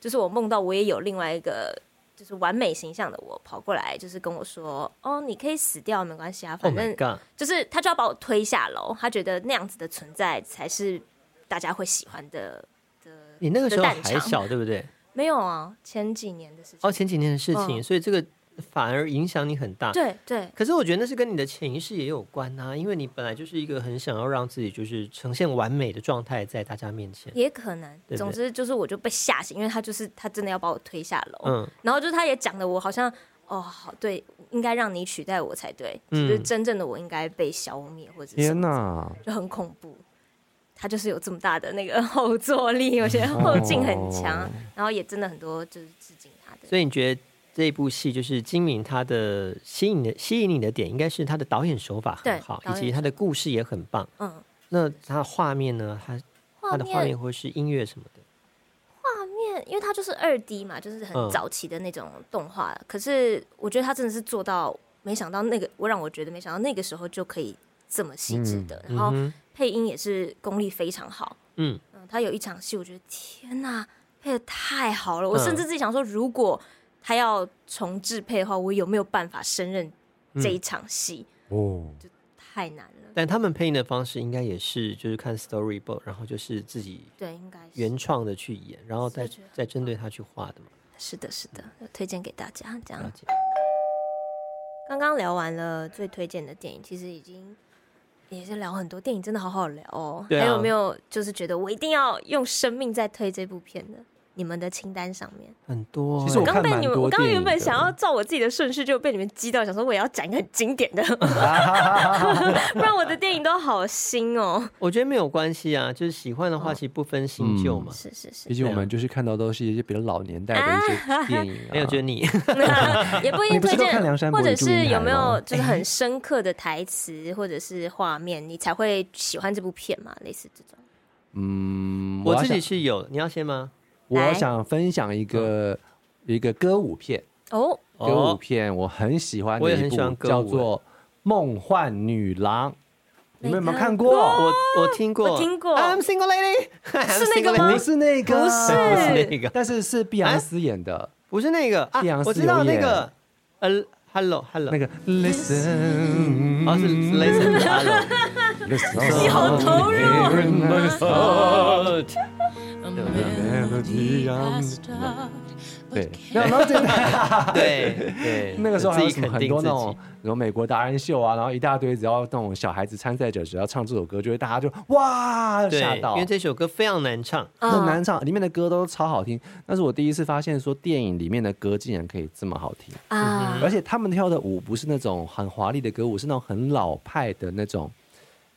[SPEAKER 3] 就是我梦到我也有另外一个就是完美形象的我跑过来，就是跟我说：“哦，你可以死掉，没关系啊，
[SPEAKER 1] ，Oh
[SPEAKER 3] 反
[SPEAKER 1] my
[SPEAKER 3] 正
[SPEAKER 1] god，
[SPEAKER 3] 就是他就要把我推下楼，他觉得那样子的存在才是大家会喜欢的。
[SPEAKER 1] 你那个时候
[SPEAKER 3] 的蛋
[SPEAKER 1] 还
[SPEAKER 3] 肠
[SPEAKER 1] 小，对不对？”
[SPEAKER 3] 没有啊，前几年的事情。
[SPEAKER 1] 哦，前几年的事情，
[SPEAKER 3] 嗯
[SPEAKER 1] 所以这个反而影响你很大。
[SPEAKER 3] 对对，
[SPEAKER 1] 可是我觉得那是跟你的潜意识也有关呐、因为你本来就是一个很想要让自己就是呈现完美的状态在大家面前。
[SPEAKER 3] 也可能
[SPEAKER 1] 对。
[SPEAKER 3] 总之就是我就被吓醒，因为他就是他真的要把我推下楼。
[SPEAKER 1] 嗯，
[SPEAKER 3] 然后就是他也讲的，我好像哦，好对，应该让你取代我才对，
[SPEAKER 1] 嗯
[SPEAKER 3] 就是真正的我应该被消灭或者是什
[SPEAKER 2] 天
[SPEAKER 3] 么，
[SPEAKER 2] 哪！
[SPEAKER 3] 就很恐怖。他就是有这么大的那个后坐力，我觉得后劲很强，
[SPEAKER 2] 哦
[SPEAKER 3] 然后也真的很多就是致敬他的。
[SPEAKER 1] 所以你觉得这部戏就是金敏他的吸引的吸引你的点，应该是他的导演手法很
[SPEAKER 3] 对
[SPEAKER 1] 好，
[SPEAKER 3] 导
[SPEAKER 1] 以
[SPEAKER 3] 演
[SPEAKER 1] 及他的故事也很棒。
[SPEAKER 3] 嗯，
[SPEAKER 1] 那他的画面呢？他它的画
[SPEAKER 3] 画面
[SPEAKER 1] 面或是音乐什么的。
[SPEAKER 3] 画面，因为它就是二 D 嘛，就是
[SPEAKER 1] 嗯
[SPEAKER 3] 很早期的那种动画。可是我觉得他真的是做到，没想到那个我让我觉得没想到那个时候就可以这么细致的，然后
[SPEAKER 1] 嗯哼
[SPEAKER 3] 配音也是功力非常好。
[SPEAKER 1] 嗯，
[SPEAKER 3] 嗯，他有一场戏，我觉得天哪，配的太好了！我
[SPEAKER 1] 嗯
[SPEAKER 3] 甚至自己想说，如果他要重置配的话，我有没有办法胜任这一场戏？
[SPEAKER 2] 哦，
[SPEAKER 3] 太难了，
[SPEAKER 1] 嗯但他们配音的方式应该也是就是看 storyboard，然后就是自己
[SPEAKER 3] 对，应该是
[SPEAKER 1] 原创的去演，然后再
[SPEAKER 3] 视觉很
[SPEAKER 1] 再针对它去画的嘛。
[SPEAKER 3] 是的，是的，推荐给大家。这
[SPEAKER 1] 了
[SPEAKER 3] 样，
[SPEAKER 1] 解。
[SPEAKER 3] 刚刚聊完了最推荐的电影，其实已经。也是聊很多电影，真的好好聊哦。
[SPEAKER 1] 对啊
[SPEAKER 3] 还有没有就是觉得我一定要用生命在推这部片的？你们的清单上面，
[SPEAKER 1] 很多欸、
[SPEAKER 2] 其实我
[SPEAKER 3] 刚
[SPEAKER 2] 看
[SPEAKER 3] 被
[SPEAKER 2] 蛮
[SPEAKER 3] 你们，
[SPEAKER 2] 多哎
[SPEAKER 3] 我刚刚
[SPEAKER 2] 电影
[SPEAKER 3] 原本
[SPEAKER 2] 的
[SPEAKER 3] 想要照我自己的顺序，就被你们激到，想说我也要讲一个很
[SPEAKER 2] [LAUGHS]
[SPEAKER 3] 经典的，不然我的电影都好新哦。
[SPEAKER 1] 我觉得没有关系啊，就是喜欢的话，
[SPEAKER 3] 哦
[SPEAKER 1] 其实不分新
[SPEAKER 2] 嗯
[SPEAKER 1] 旧嘛。
[SPEAKER 3] 是是是
[SPEAKER 2] 毕，竟我们就是看到都是一些比较老年代的一些
[SPEAKER 3] [LAUGHS]
[SPEAKER 2] 电影、啊，
[SPEAKER 1] 没有觉得
[SPEAKER 2] [LAUGHS]
[SPEAKER 1] 你
[SPEAKER 3] 也不一
[SPEAKER 2] 你
[SPEAKER 3] 定
[SPEAKER 2] 不
[SPEAKER 3] 推
[SPEAKER 2] 是都看
[SPEAKER 3] 荐，
[SPEAKER 2] 梁山伯
[SPEAKER 3] 或者
[SPEAKER 2] 与祝英
[SPEAKER 3] 是
[SPEAKER 2] 台
[SPEAKER 3] 有没有
[SPEAKER 2] 吗
[SPEAKER 3] 就是很深刻的台词或者是画面，你才会喜欢这部片嘛？类似这种，
[SPEAKER 2] 嗯，
[SPEAKER 1] 我
[SPEAKER 2] 要
[SPEAKER 1] 自己
[SPEAKER 2] 想
[SPEAKER 1] 是有，你要先吗？
[SPEAKER 2] 我
[SPEAKER 3] 来
[SPEAKER 2] 想分享一
[SPEAKER 1] 嗯
[SPEAKER 2] 个一个歌舞片，
[SPEAKER 3] 哦，
[SPEAKER 2] 歌舞片我很喜欢
[SPEAKER 1] 我
[SPEAKER 2] 的
[SPEAKER 1] 也
[SPEAKER 2] 一
[SPEAKER 1] 很
[SPEAKER 2] 部
[SPEAKER 1] 喜欢歌舞
[SPEAKER 2] 叫做《梦幻女郎》，你们有没有
[SPEAKER 3] 没
[SPEAKER 2] 看
[SPEAKER 3] 看
[SPEAKER 2] 过？
[SPEAKER 1] 我我听过，
[SPEAKER 3] 我听过
[SPEAKER 1] I'm single
[SPEAKER 3] [LAUGHS]
[SPEAKER 1] lady，
[SPEAKER 3] 是那个吗
[SPEAKER 2] 不是那个，
[SPEAKER 3] 不
[SPEAKER 1] 不
[SPEAKER 3] 是
[SPEAKER 1] 是那个，
[SPEAKER 2] 但是是碧昂斯演的
[SPEAKER 1] 不是那个啊
[SPEAKER 2] 碧昂，斯
[SPEAKER 1] 我知道
[SPEAKER 2] 有
[SPEAKER 1] 那
[SPEAKER 2] 演
[SPEAKER 1] 个，呃，hello hello，
[SPEAKER 2] 那个嗯 Listen，
[SPEAKER 1] 哦是 listen hello，
[SPEAKER 3] 你好投入哦 [LAUGHS] 嗯
[SPEAKER 4] um,
[SPEAKER 2] 对，然后这
[SPEAKER 1] [LAUGHS] 对对，
[SPEAKER 2] [LAUGHS] 那个时候还
[SPEAKER 1] 自
[SPEAKER 2] 有
[SPEAKER 1] 己
[SPEAKER 2] 什么
[SPEAKER 1] 肯
[SPEAKER 2] 很
[SPEAKER 1] 定
[SPEAKER 2] 多
[SPEAKER 1] 自
[SPEAKER 2] 那种
[SPEAKER 1] 己，
[SPEAKER 2] 什么美国达人秀啊，然后一大堆，只要那种小孩子参赛者只要唱这首歌，就会大家就哇
[SPEAKER 1] 对
[SPEAKER 2] 吓，到
[SPEAKER 1] 因为。这首歌非常难唱，
[SPEAKER 2] 很难唱，里面的歌都超好听，但是我第一次发现说电影里面的歌竟然可以这么好听，
[SPEAKER 3] 啊，
[SPEAKER 2] 而且他们跳的舞不是那种很华丽的歌舞，是那种很老派的那种，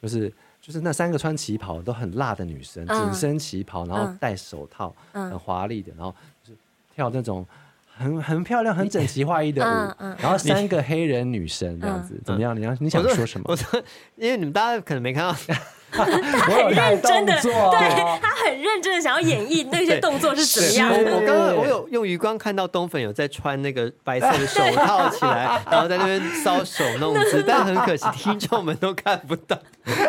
[SPEAKER 2] 就是就是那三个穿旗袍都很辣的女生，
[SPEAKER 3] 嗯
[SPEAKER 2] 紧身旗袍，然后
[SPEAKER 3] 嗯
[SPEAKER 2] 戴手套，
[SPEAKER 3] 嗯
[SPEAKER 2] 很华丽的，然后就是跳那种很很漂亮、很整齐划一的
[SPEAKER 3] 嗯
[SPEAKER 2] 舞
[SPEAKER 3] 嗯，
[SPEAKER 2] 然后三个黑人女生这样子，怎么样？你要你想
[SPEAKER 1] 我
[SPEAKER 2] 说什么
[SPEAKER 3] [LAUGHS]
[SPEAKER 1] 我？说，因为你们大家可能没看到，
[SPEAKER 2] 我有带
[SPEAKER 3] 真
[SPEAKER 2] 动
[SPEAKER 3] 的，
[SPEAKER 2] 作哦，
[SPEAKER 3] 对他很认真的想要演绎那些动作是怎么样
[SPEAKER 1] 我
[SPEAKER 3] 的。
[SPEAKER 1] 我刚刚我有用余光看到东粉有在穿那个白色的手套起
[SPEAKER 2] [LAUGHS]
[SPEAKER 1] 来，然后在那边搔首弄姿，但很可惜听众们都看不到。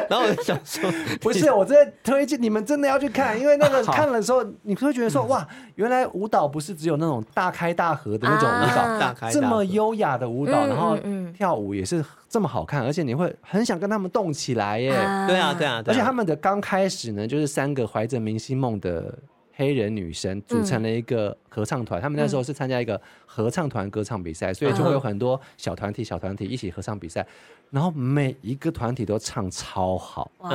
[SPEAKER 1] 然后我就想说，
[SPEAKER 2] 不是，我真的推荐你们真的要去看，因为 [LAUGHS] 那个
[SPEAKER 1] 好
[SPEAKER 2] 看了之后，你会觉得说哇，原来舞蹈不是只有那种大开大合的那种舞蹈，
[SPEAKER 3] 啊
[SPEAKER 1] 大开大合
[SPEAKER 2] 这么优雅的舞蹈，
[SPEAKER 3] 嗯
[SPEAKER 2] 然后
[SPEAKER 3] 嗯嗯
[SPEAKER 2] 跳舞也是这么好看，而且你会很想跟他们动起来耶。
[SPEAKER 1] 对啊对，啊，对啊
[SPEAKER 2] 而且他们的刚开始呢，就是三个怀着明星梦的黑人女生组成了一个合唱团。他们那时候是参加一个合唱团歌唱比赛，所以就会有很多小团体、小团体一起合唱比赛，然后每一个团体都唱超好。
[SPEAKER 3] 哇，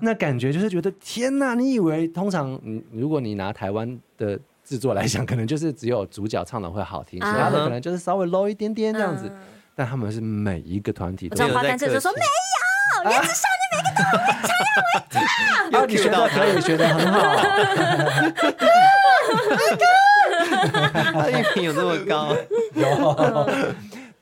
[SPEAKER 2] 那感觉就是觉得天呐！你以为通常你如果你拿台湾的制作来讲，可能就是只有主角唱的会好听，其
[SPEAKER 3] 啊
[SPEAKER 2] 他的可能就是稍微 low 一点点这样子。
[SPEAKER 3] 嗯
[SPEAKER 2] 但他们是每一个团体
[SPEAKER 3] 我
[SPEAKER 2] 都
[SPEAKER 3] 唱
[SPEAKER 1] 有
[SPEAKER 3] 花
[SPEAKER 1] 在
[SPEAKER 3] 旦这时候说
[SPEAKER 1] 客
[SPEAKER 3] 没
[SPEAKER 1] 气
[SPEAKER 3] 有，原子少
[SPEAKER 2] 啊，你学的可以，学的很好。
[SPEAKER 1] 他音频有这
[SPEAKER 2] [LAUGHS]
[SPEAKER 1] 么高，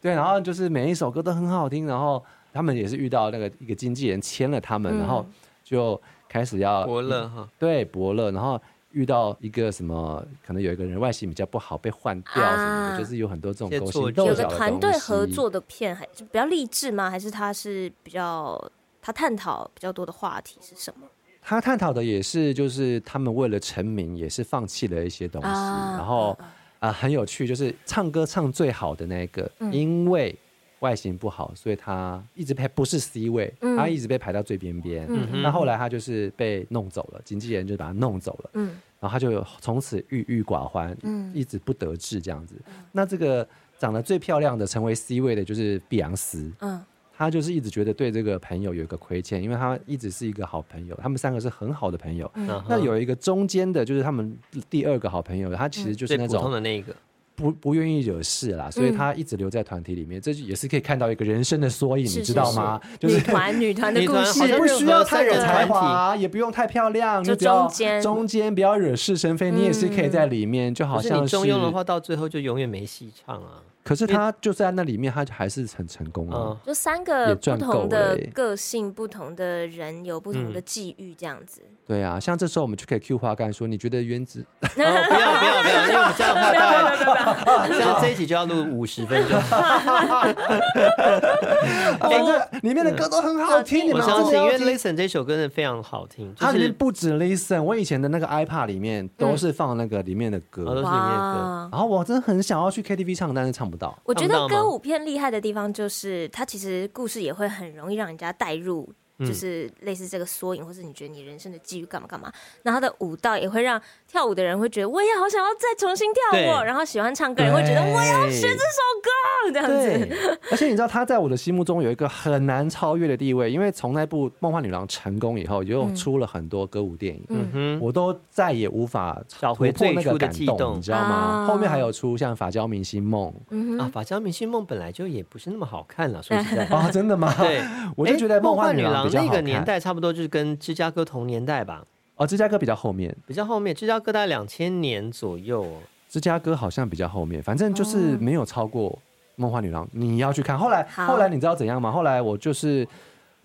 [SPEAKER 2] 对，然后就是每一首歌都很好听，然后他们也是遇到那个一个经纪人签了他
[SPEAKER 3] 嗯
[SPEAKER 2] 们，然后就开始要
[SPEAKER 1] 伯乐哈，
[SPEAKER 2] 对伯乐，然后遇到一个什么，可能有一个人外形比较不好被换掉什么的，
[SPEAKER 3] 啊
[SPEAKER 2] 就是有很多这种
[SPEAKER 1] 一些
[SPEAKER 2] 勾
[SPEAKER 1] 挫
[SPEAKER 2] 心
[SPEAKER 1] 折
[SPEAKER 2] 斗
[SPEAKER 3] 有
[SPEAKER 2] 角
[SPEAKER 1] 有
[SPEAKER 2] 的
[SPEAKER 3] 个团队
[SPEAKER 2] 东
[SPEAKER 3] 合
[SPEAKER 2] 西
[SPEAKER 3] 作的片，还是比较励志吗？还是他是比较他探讨比较多的话题是什么？
[SPEAKER 2] 他探讨的也是，就是他们为了成名，也是放弃了一些东西。
[SPEAKER 3] 啊
[SPEAKER 2] 然后
[SPEAKER 3] 啊
[SPEAKER 2] 啊、很有趣，就是唱歌唱最好的那一个，
[SPEAKER 3] 嗯
[SPEAKER 2] 因为外形不好，所以他一直被不是 C 位，
[SPEAKER 3] 嗯
[SPEAKER 2] 他一直被排到最边边。
[SPEAKER 3] 嗯
[SPEAKER 1] 嗯
[SPEAKER 2] 那后来他就是被弄走了，经纪人就把他弄走了。
[SPEAKER 3] 嗯
[SPEAKER 2] 然后他就从此郁郁寡欢，
[SPEAKER 3] 嗯
[SPEAKER 2] 一直不得志这样子。那这个长得最漂亮的成为 C 位的就是碧昂斯，
[SPEAKER 3] 嗯
[SPEAKER 2] 他就是一直觉得对这个朋友有一个亏欠，因为他一直是一个好朋友，他们三个是很好的朋友。
[SPEAKER 3] 嗯
[SPEAKER 1] 然后
[SPEAKER 2] 那有一个中间的，就是他们第二个好朋友，他其实就是
[SPEAKER 1] 嗯最
[SPEAKER 2] 那
[SPEAKER 1] 普通
[SPEAKER 2] 种
[SPEAKER 1] 的那一个，
[SPEAKER 2] 不不愿意惹事啦，所以他一直留在团体里面，这就也是可以看到一个人生的缩影，
[SPEAKER 3] 是
[SPEAKER 2] 你知道吗？就是 [LAUGHS]
[SPEAKER 3] 女团女团的
[SPEAKER 1] 女
[SPEAKER 3] 故
[SPEAKER 1] 团好像
[SPEAKER 2] 不
[SPEAKER 1] 是
[SPEAKER 3] 事，
[SPEAKER 2] 需要太有才
[SPEAKER 1] 任何
[SPEAKER 2] 华，
[SPEAKER 1] 团
[SPEAKER 2] 也不用太漂亮，
[SPEAKER 3] 就
[SPEAKER 2] 你只要
[SPEAKER 3] 中间
[SPEAKER 2] 中间不要惹是生非，你也是可以在里面，就好
[SPEAKER 1] 嗯可是
[SPEAKER 2] 像
[SPEAKER 1] 你中庸的话，到最后就永远没戏唱啊。
[SPEAKER 2] 可是他就在那里面，他还是很成 [LAUGHS] 功
[SPEAKER 1] 嗯
[SPEAKER 2] 啊。，
[SPEAKER 3] 就三个
[SPEAKER 2] 也
[SPEAKER 3] 不
[SPEAKER 2] 赚
[SPEAKER 3] 同
[SPEAKER 2] 够
[SPEAKER 3] 的
[SPEAKER 2] 了欸
[SPEAKER 3] 个性、不同的人，有不同的
[SPEAKER 1] 嗯
[SPEAKER 3] 际遇，这样子。
[SPEAKER 2] 对啊，像这时候我们就可以 Q 花干说，你觉得原子
[SPEAKER 1] 哦，不要不要不要，因为我们这样的话，大概这样这一集就要录五十分钟。 [LAUGHS]
[SPEAKER 2] 反正里面的歌都很好听，你
[SPEAKER 1] 我
[SPEAKER 2] 们
[SPEAKER 1] 相
[SPEAKER 2] 真
[SPEAKER 1] 信，
[SPEAKER 2] 的
[SPEAKER 1] 因
[SPEAKER 2] 要
[SPEAKER 1] 为
[SPEAKER 2] 听啊
[SPEAKER 1] Listen 这首歌真的非常好听，就
[SPEAKER 2] 它里面
[SPEAKER 1] 是
[SPEAKER 2] 不止 Listen，我以前的那个 iPad 里面都是放那个里面的
[SPEAKER 1] 哦都是
[SPEAKER 2] 歌，
[SPEAKER 3] 嗯
[SPEAKER 1] 里面的歌，
[SPEAKER 2] 然后我真的很想要去 KTV 唱，但是唱不到。
[SPEAKER 3] 我觉
[SPEAKER 1] 看
[SPEAKER 3] 得
[SPEAKER 1] 不到吗
[SPEAKER 3] 歌舞片厉害的地方就是，它其实故事也会很容易让人家带入，
[SPEAKER 1] 嗯
[SPEAKER 3] 就是类似这个缩影，或是你觉得你人生的际遇干嘛干嘛。然后它的舞蹈也会让跳舞的人会觉得，我也好想要再重新跳
[SPEAKER 1] 对
[SPEAKER 3] 舞哦。然后喜欢唱歌的人会觉得，
[SPEAKER 2] 对
[SPEAKER 3] 我要学这首歌，这样子。
[SPEAKER 2] 对，而且你知道他在我的心目中有一个很难超越的地位，因为从那部《梦幻女郎》成功以后，又出了很多歌舞电影，
[SPEAKER 1] 嗯哼，
[SPEAKER 2] 我都再也无法
[SPEAKER 1] 找回
[SPEAKER 2] 突破那
[SPEAKER 1] 最初
[SPEAKER 2] 个
[SPEAKER 1] 的
[SPEAKER 2] 感
[SPEAKER 1] 悸
[SPEAKER 2] 动，
[SPEAKER 1] 动
[SPEAKER 2] 你知道吗？
[SPEAKER 3] 啊
[SPEAKER 2] 后面还有出像《法教明星梦
[SPEAKER 1] [LAUGHS]
[SPEAKER 3] 嗯
[SPEAKER 1] 啊，
[SPEAKER 3] 哼，
[SPEAKER 1] 法家明星梦本来就也不是那么好看
[SPEAKER 2] [LAUGHS]
[SPEAKER 1] 了，说实在》的。
[SPEAKER 2] 啊，真的吗？
[SPEAKER 1] 对，
[SPEAKER 2] [LAUGHS] 我就觉得
[SPEAKER 1] 诶
[SPEAKER 2] 《梦幻
[SPEAKER 1] 女
[SPEAKER 2] 女郎》比较好
[SPEAKER 1] 那个
[SPEAKER 2] 看。
[SPEAKER 1] 年代差不多就是跟芝加哥同年代吧，
[SPEAKER 2] 哦，芝加哥比较后面，
[SPEAKER 1] 比较后面，芝加哥大概两千年左右
[SPEAKER 2] [LAUGHS]
[SPEAKER 1] 哦。
[SPEAKER 2] 芝加哥好像比较后面，反正就是没有超过《梦幻女郎》，你要去看。后来，
[SPEAKER 3] 哦好
[SPEAKER 2] 后来你知道怎样吗？后来我就是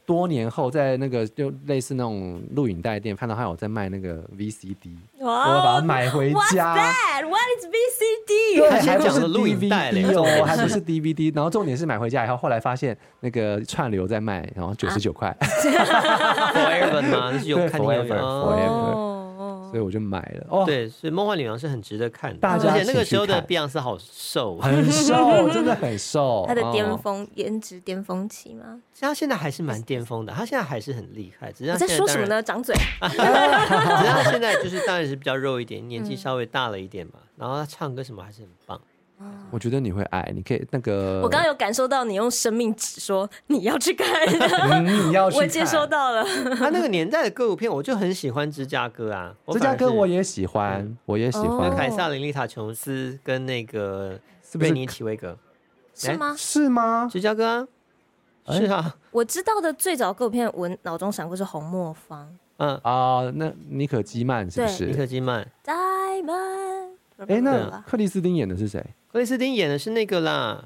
[SPEAKER 2] 多年后在那个就类似那种录影带店看到他有在卖那个 VCD，我
[SPEAKER 3] 哦哇
[SPEAKER 2] 把它买回
[SPEAKER 3] What's
[SPEAKER 2] 家。
[SPEAKER 3] that？What is
[SPEAKER 2] 对
[SPEAKER 3] VCD？
[SPEAKER 1] 还
[SPEAKER 2] 还不
[SPEAKER 1] 讲
[SPEAKER 2] 是
[SPEAKER 1] 了录影带嘞
[SPEAKER 2] DVD
[SPEAKER 1] 重
[SPEAKER 2] 哦，
[SPEAKER 1] 点
[SPEAKER 2] 还不是 DVD。然后重点是买回家以后，后来发现那个串流在卖，然后九十九块，
[SPEAKER 1] Forever 吗？那是有
[SPEAKER 2] 对
[SPEAKER 1] 看电影
[SPEAKER 2] Forever，
[SPEAKER 1] 哦
[SPEAKER 2] Forever
[SPEAKER 3] 哦
[SPEAKER 2] [LAUGHS] 所以我就买了。哦，
[SPEAKER 1] 对，所以《梦幻女郎》是很值得看的，
[SPEAKER 2] 大家
[SPEAKER 1] 而且那个
[SPEAKER 2] 请去
[SPEAKER 1] 时候的
[SPEAKER 2] 看
[SPEAKER 1] 碧昂斯好瘦，哦
[SPEAKER 2] 很瘦，真的很
[SPEAKER 3] [LAUGHS]
[SPEAKER 2] 瘦。
[SPEAKER 3] 他的巅
[SPEAKER 2] 哦
[SPEAKER 3] 峰颜值巅峰期吗？
[SPEAKER 1] 她现在还是蛮巅峰的，她现在还是很厉害。只是
[SPEAKER 3] 你
[SPEAKER 1] 她
[SPEAKER 3] 在
[SPEAKER 1] 现在
[SPEAKER 3] 说什么
[SPEAKER 1] 当然？
[SPEAKER 3] 呢？掌嘴。
[SPEAKER 1] [LAUGHS] 只是她现在
[SPEAKER 2] [LAUGHS]
[SPEAKER 1] 就是当然是比较肉一点，年纪
[SPEAKER 2] 嗯
[SPEAKER 1] 稍微大了一点嘛，然后她唱歌什么还是很棒。
[SPEAKER 2] 我觉得你会爱，你可以那个，
[SPEAKER 3] 我刚刚有感受到你用生命指说你要去看，
[SPEAKER 1] [LAUGHS]
[SPEAKER 2] [LAUGHS] 嗯你要去
[SPEAKER 3] 我接
[SPEAKER 2] 看
[SPEAKER 3] 收到了。
[SPEAKER 1] 她那个年代的歌舞片，我就很喜欢芝加哥啊，
[SPEAKER 2] 芝加
[SPEAKER 1] 反
[SPEAKER 2] 哥
[SPEAKER 1] 而是
[SPEAKER 2] 我也喜欢，我也喜
[SPEAKER 3] 哦
[SPEAKER 1] 跟
[SPEAKER 2] 欢，
[SPEAKER 1] 凯撒琳·丽塔·琼斯跟那个
[SPEAKER 2] 是不
[SPEAKER 1] 瑞
[SPEAKER 2] 是
[SPEAKER 1] 尼·奇维格，哎
[SPEAKER 3] 是吗？
[SPEAKER 2] 是吗？
[SPEAKER 1] 芝加哥啊，
[SPEAKER 2] 哎
[SPEAKER 1] 是啊，
[SPEAKER 3] 我知道的最早歌舞片，我脑中闪过是红磨坊。
[SPEAKER 1] 嗯，
[SPEAKER 2] 啊，那尼可基曼是不
[SPEAKER 1] 尼
[SPEAKER 2] 是？
[SPEAKER 1] 克基曼，
[SPEAKER 3] Diamond，
[SPEAKER 2] 哎，
[SPEAKER 1] 对
[SPEAKER 2] 那
[SPEAKER 1] 啊
[SPEAKER 2] 克里斯汀演的是谁？
[SPEAKER 1] 克里斯汀演的是那个啦，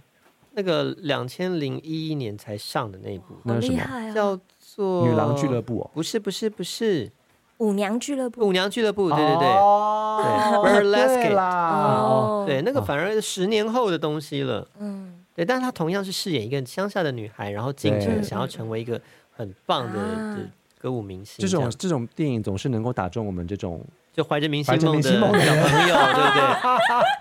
[SPEAKER 1] 那个两千零一一年才上的那一部，
[SPEAKER 2] 那
[SPEAKER 3] 好
[SPEAKER 2] 是什
[SPEAKER 3] 厉
[SPEAKER 2] 么
[SPEAKER 3] 害哦！
[SPEAKER 1] 叫做《
[SPEAKER 2] 女郎俱乐》。部哦，
[SPEAKER 1] 不是不是不是《
[SPEAKER 3] 舞娘俱乐部
[SPEAKER 1] 舞娘俱乐部》，对对对、
[SPEAKER 2] 哦
[SPEAKER 1] 对
[SPEAKER 2] 对
[SPEAKER 1] Burlesque
[SPEAKER 2] 啦，哦，
[SPEAKER 1] 对，那个反而是十年后的东西了。
[SPEAKER 3] 嗯，
[SPEAKER 1] 对，但是她同样是饰演一个乡下的女孩，然后进城
[SPEAKER 2] 对
[SPEAKER 1] 想要成为一个很棒的
[SPEAKER 3] 啊
[SPEAKER 1] 的歌舞明星，
[SPEAKER 2] 这种
[SPEAKER 1] 样
[SPEAKER 2] 这种电影总是能够打中我们这 [LAUGHS] 种，
[SPEAKER 1] 就怀着明星
[SPEAKER 2] 怀着
[SPEAKER 1] 梦
[SPEAKER 2] 明
[SPEAKER 1] 的
[SPEAKER 2] 星
[SPEAKER 1] 小
[SPEAKER 2] 梦
[SPEAKER 1] 朋
[SPEAKER 2] 的
[SPEAKER 1] 友，对不
[SPEAKER 2] [LAUGHS]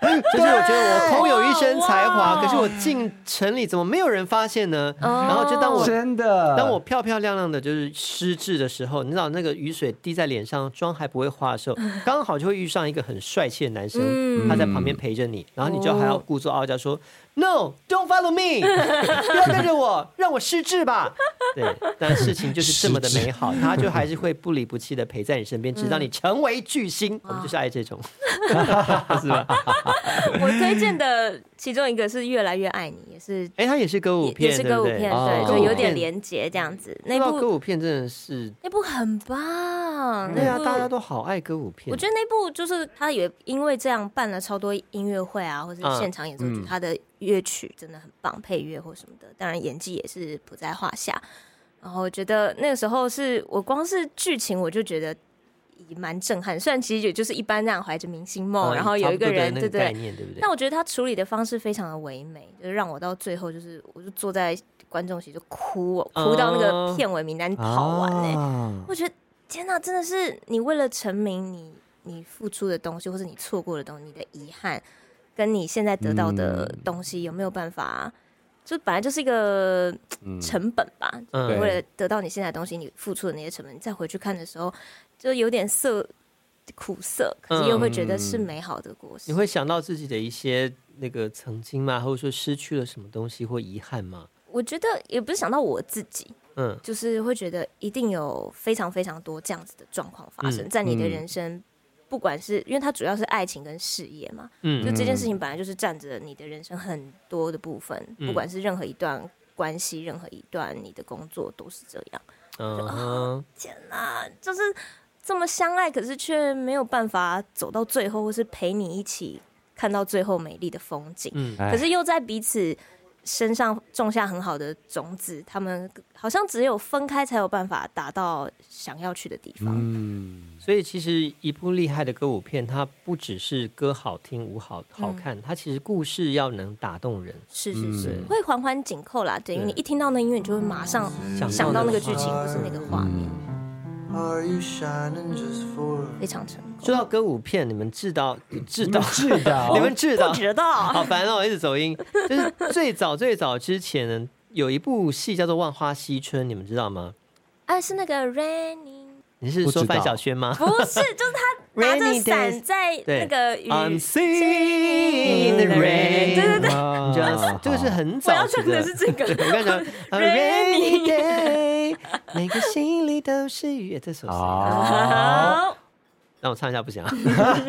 [SPEAKER 1] 对？就是我觉得我空有一身才华，
[SPEAKER 3] 哇
[SPEAKER 1] 可是我进城里怎么没有人发现呢？
[SPEAKER 3] 哦
[SPEAKER 1] 然后就当我
[SPEAKER 2] 真
[SPEAKER 3] 呃
[SPEAKER 2] 的，
[SPEAKER 1] 当我漂漂亮亮的就是失智的时候，你知道那个雨水滴在脸上，妆还不会化的
[SPEAKER 3] [LAUGHS]
[SPEAKER 1] 时候，刚好就会遇上一个很帅气的男生，
[SPEAKER 3] 嗯
[SPEAKER 1] 他在旁边陪着你，然后你就还要
[SPEAKER 3] 哦
[SPEAKER 1] 故作傲娇说、n o don't follow me，不 [LAUGHS] 要跟着我，让我失智
[SPEAKER 3] [LAUGHS]
[SPEAKER 1] 吧。”对，但事情就是这么的美好，他就还是会不离不弃的陪在你
[SPEAKER 3] 嗯
[SPEAKER 1] 身边，直到你成为巨星。我们就是爱这种，是吧？
[SPEAKER 3] 我推荐的其中一个是《越来越爱你》，也是
[SPEAKER 1] 哎，他也是歌舞
[SPEAKER 3] 也
[SPEAKER 1] 片，
[SPEAKER 3] 也是歌舞片，
[SPEAKER 1] 对不
[SPEAKER 2] 对
[SPEAKER 3] 对，
[SPEAKER 2] 哦
[SPEAKER 3] 就有
[SPEAKER 1] 歌舞
[SPEAKER 3] 点
[SPEAKER 1] 片
[SPEAKER 3] 连结这样子。
[SPEAKER 1] 对？
[SPEAKER 3] 那
[SPEAKER 1] 说到歌
[SPEAKER 3] 部
[SPEAKER 1] 舞片真的是，
[SPEAKER 3] 那部很棒，
[SPEAKER 1] 对
[SPEAKER 3] 那
[SPEAKER 1] 啊，
[SPEAKER 3] 部
[SPEAKER 1] 大家都好爱歌舞片。
[SPEAKER 3] 我觉得那部就是他也因为这样办了超多音乐会啊，或者
[SPEAKER 1] 啊
[SPEAKER 3] 现场演奏剧，
[SPEAKER 2] 嗯
[SPEAKER 3] 他的乐曲真的很棒，配乐或什么的，当然演技也是不在话下。然后我觉得那个时候是我光是剧情我就觉得也蛮震撼，虽然其实也就是一般那样怀着明星梦，
[SPEAKER 1] 啊
[SPEAKER 3] 然后有一个人
[SPEAKER 1] 差不
[SPEAKER 3] 对
[SPEAKER 1] 多的那
[SPEAKER 3] 不
[SPEAKER 1] 概
[SPEAKER 3] 对，
[SPEAKER 1] 念对不对
[SPEAKER 3] 但？我觉得他处理的方式非常的唯美，就是让我到最后就是我就坐在观众席就哭哦，哭到那
[SPEAKER 1] 哦
[SPEAKER 3] 个片尾名单跑完哎、
[SPEAKER 2] 啊
[SPEAKER 3] 我觉得天哪，真的是你为了成名你，你付出的东西，或者你错过的东西，你的遗憾，跟你现在得到
[SPEAKER 1] 嗯
[SPEAKER 3] 的东西，有没有办法、就本来就是一个
[SPEAKER 2] 嗯
[SPEAKER 3] 成本吧，
[SPEAKER 1] 嗯
[SPEAKER 3] 你
[SPEAKER 2] 对
[SPEAKER 3] 为了得到你现在的东西，你付出的那些成本，你再回去看的时候，就有点涩苦涩，可是又会觉得是美好的果实。
[SPEAKER 1] 嗯你会想到自己的一些那个曾经吗？或者说失去了什么东西或遗憾吗？
[SPEAKER 3] 我觉得也不是想到我自己，
[SPEAKER 1] 嗯，
[SPEAKER 3] 就是会觉得一定有非常非常多这样子的状况发生、
[SPEAKER 1] 嗯
[SPEAKER 3] 在你的
[SPEAKER 2] 嗯
[SPEAKER 3] 人生，不管是因为它主要是爱情跟事业嘛，
[SPEAKER 1] 嗯
[SPEAKER 3] 就这件事情本来就是占着你的人生很多的部分，
[SPEAKER 1] 嗯
[SPEAKER 3] 不管是任何一段关系，任何一段你的工作都是这样
[SPEAKER 1] 嗯哼，
[SPEAKER 3] 啊，就是这么相爱，可是却没有办法走到最后，或是陪你一起。看到最后美丽的风景，
[SPEAKER 1] 嗯
[SPEAKER 2] 哎
[SPEAKER 3] 可是又在彼此身上种下很好的种子，他们好像只有分开才有办法达到想要去的地方。
[SPEAKER 2] 嗯，
[SPEAKER 1] 所以其实一部厉害的歌舞片，它不只是歌好听、舞好
[SPEAKER 3] 嗯
[SPEAKER 1] 好看，它其实故事要能打动人。
[SPEAKER 3] 是是是，
[SPEAKER 2] 嗯
[SPEAKER 3] 会环环紧扣啦。等于
[SPEAKER 1] 对
[SPEAKER 3] 你一听到那音乐，你就会马上
[SPEAKER 1] 想
[SPEAKER 3] 想
[SPEAKER 1] 到
[SPEAKER 3] 到
[SPEAKER 1] 那个
[SPEAKER 3] 那个剧情，不是那个画面，
[SPEAKER 2] 嗯
[SPEAKER 4] Are you shining just for
[SPEAKER 3] 非常成
[SPEAKER 1] 说
[SPEAKER 3] 功。
[SPEAKER 1] 到歌舞片，你们知道知道
[SPEAKER 2] 是的，
[SPEAKER 1] [LAUGHS] 你们知道
[SPEAKER 3] 不知道，
[SPEAKER 1] 好烦哦，一直走音。就是最早最早之前呢，有一部戏叫做《万花西春》，你们知道吗？
[SPEAKER 3] 哎、是那个 raining，
[SPEAKER 1] 你是
[SPEAKER 2] 不知
[SPEAKER 1] 说
[SPEAKER 2] 道
[SPEAKER 1] 范晓萱吗
[SPEAKER 3] 不
[SPEAKER 1] [LAUGHS]
[SPEAKER 3] 是，就是他拿
[SPEAKER 1] Rainy
[SPEAKER 3] 着
[SPEAKER 1] days
[SPEAKER 3] 伞在
[SPEAKER 1] 对
[SPEAKER 3] 那个雨。
[SPEAKER 1] ？I'm seeing the rain。
[SPEAKER 3] 对对 [LAUGHS] 对
[SPEAKER 1] 你
[SPEAKER 2] 啊
[SPEAKER 1] 知
[SPEAKER 2] [LAUGHS]
[SPEAKER 1] 道，这个是很
[SPEAKER 3] 我要
[SPEAKER 1] 早期
[SPEAKER 3] 唱的
[SPEAKER 1] 的
[SPEAKER 3] 是。这个
[SPEAKER 1] 对，我跟你
[SPEAKER 3] [LAUGHS]
[SPEAKER 1] 讲，A rainy day，每 [LAUGHS] 个心里都是雨。哎这首谁？
[SPEAKER 2] 啊，
[SPEAKER 1] 哦
[SPEAKER 3] 好
[SPEAKER 1] 让我唱一下不行啊！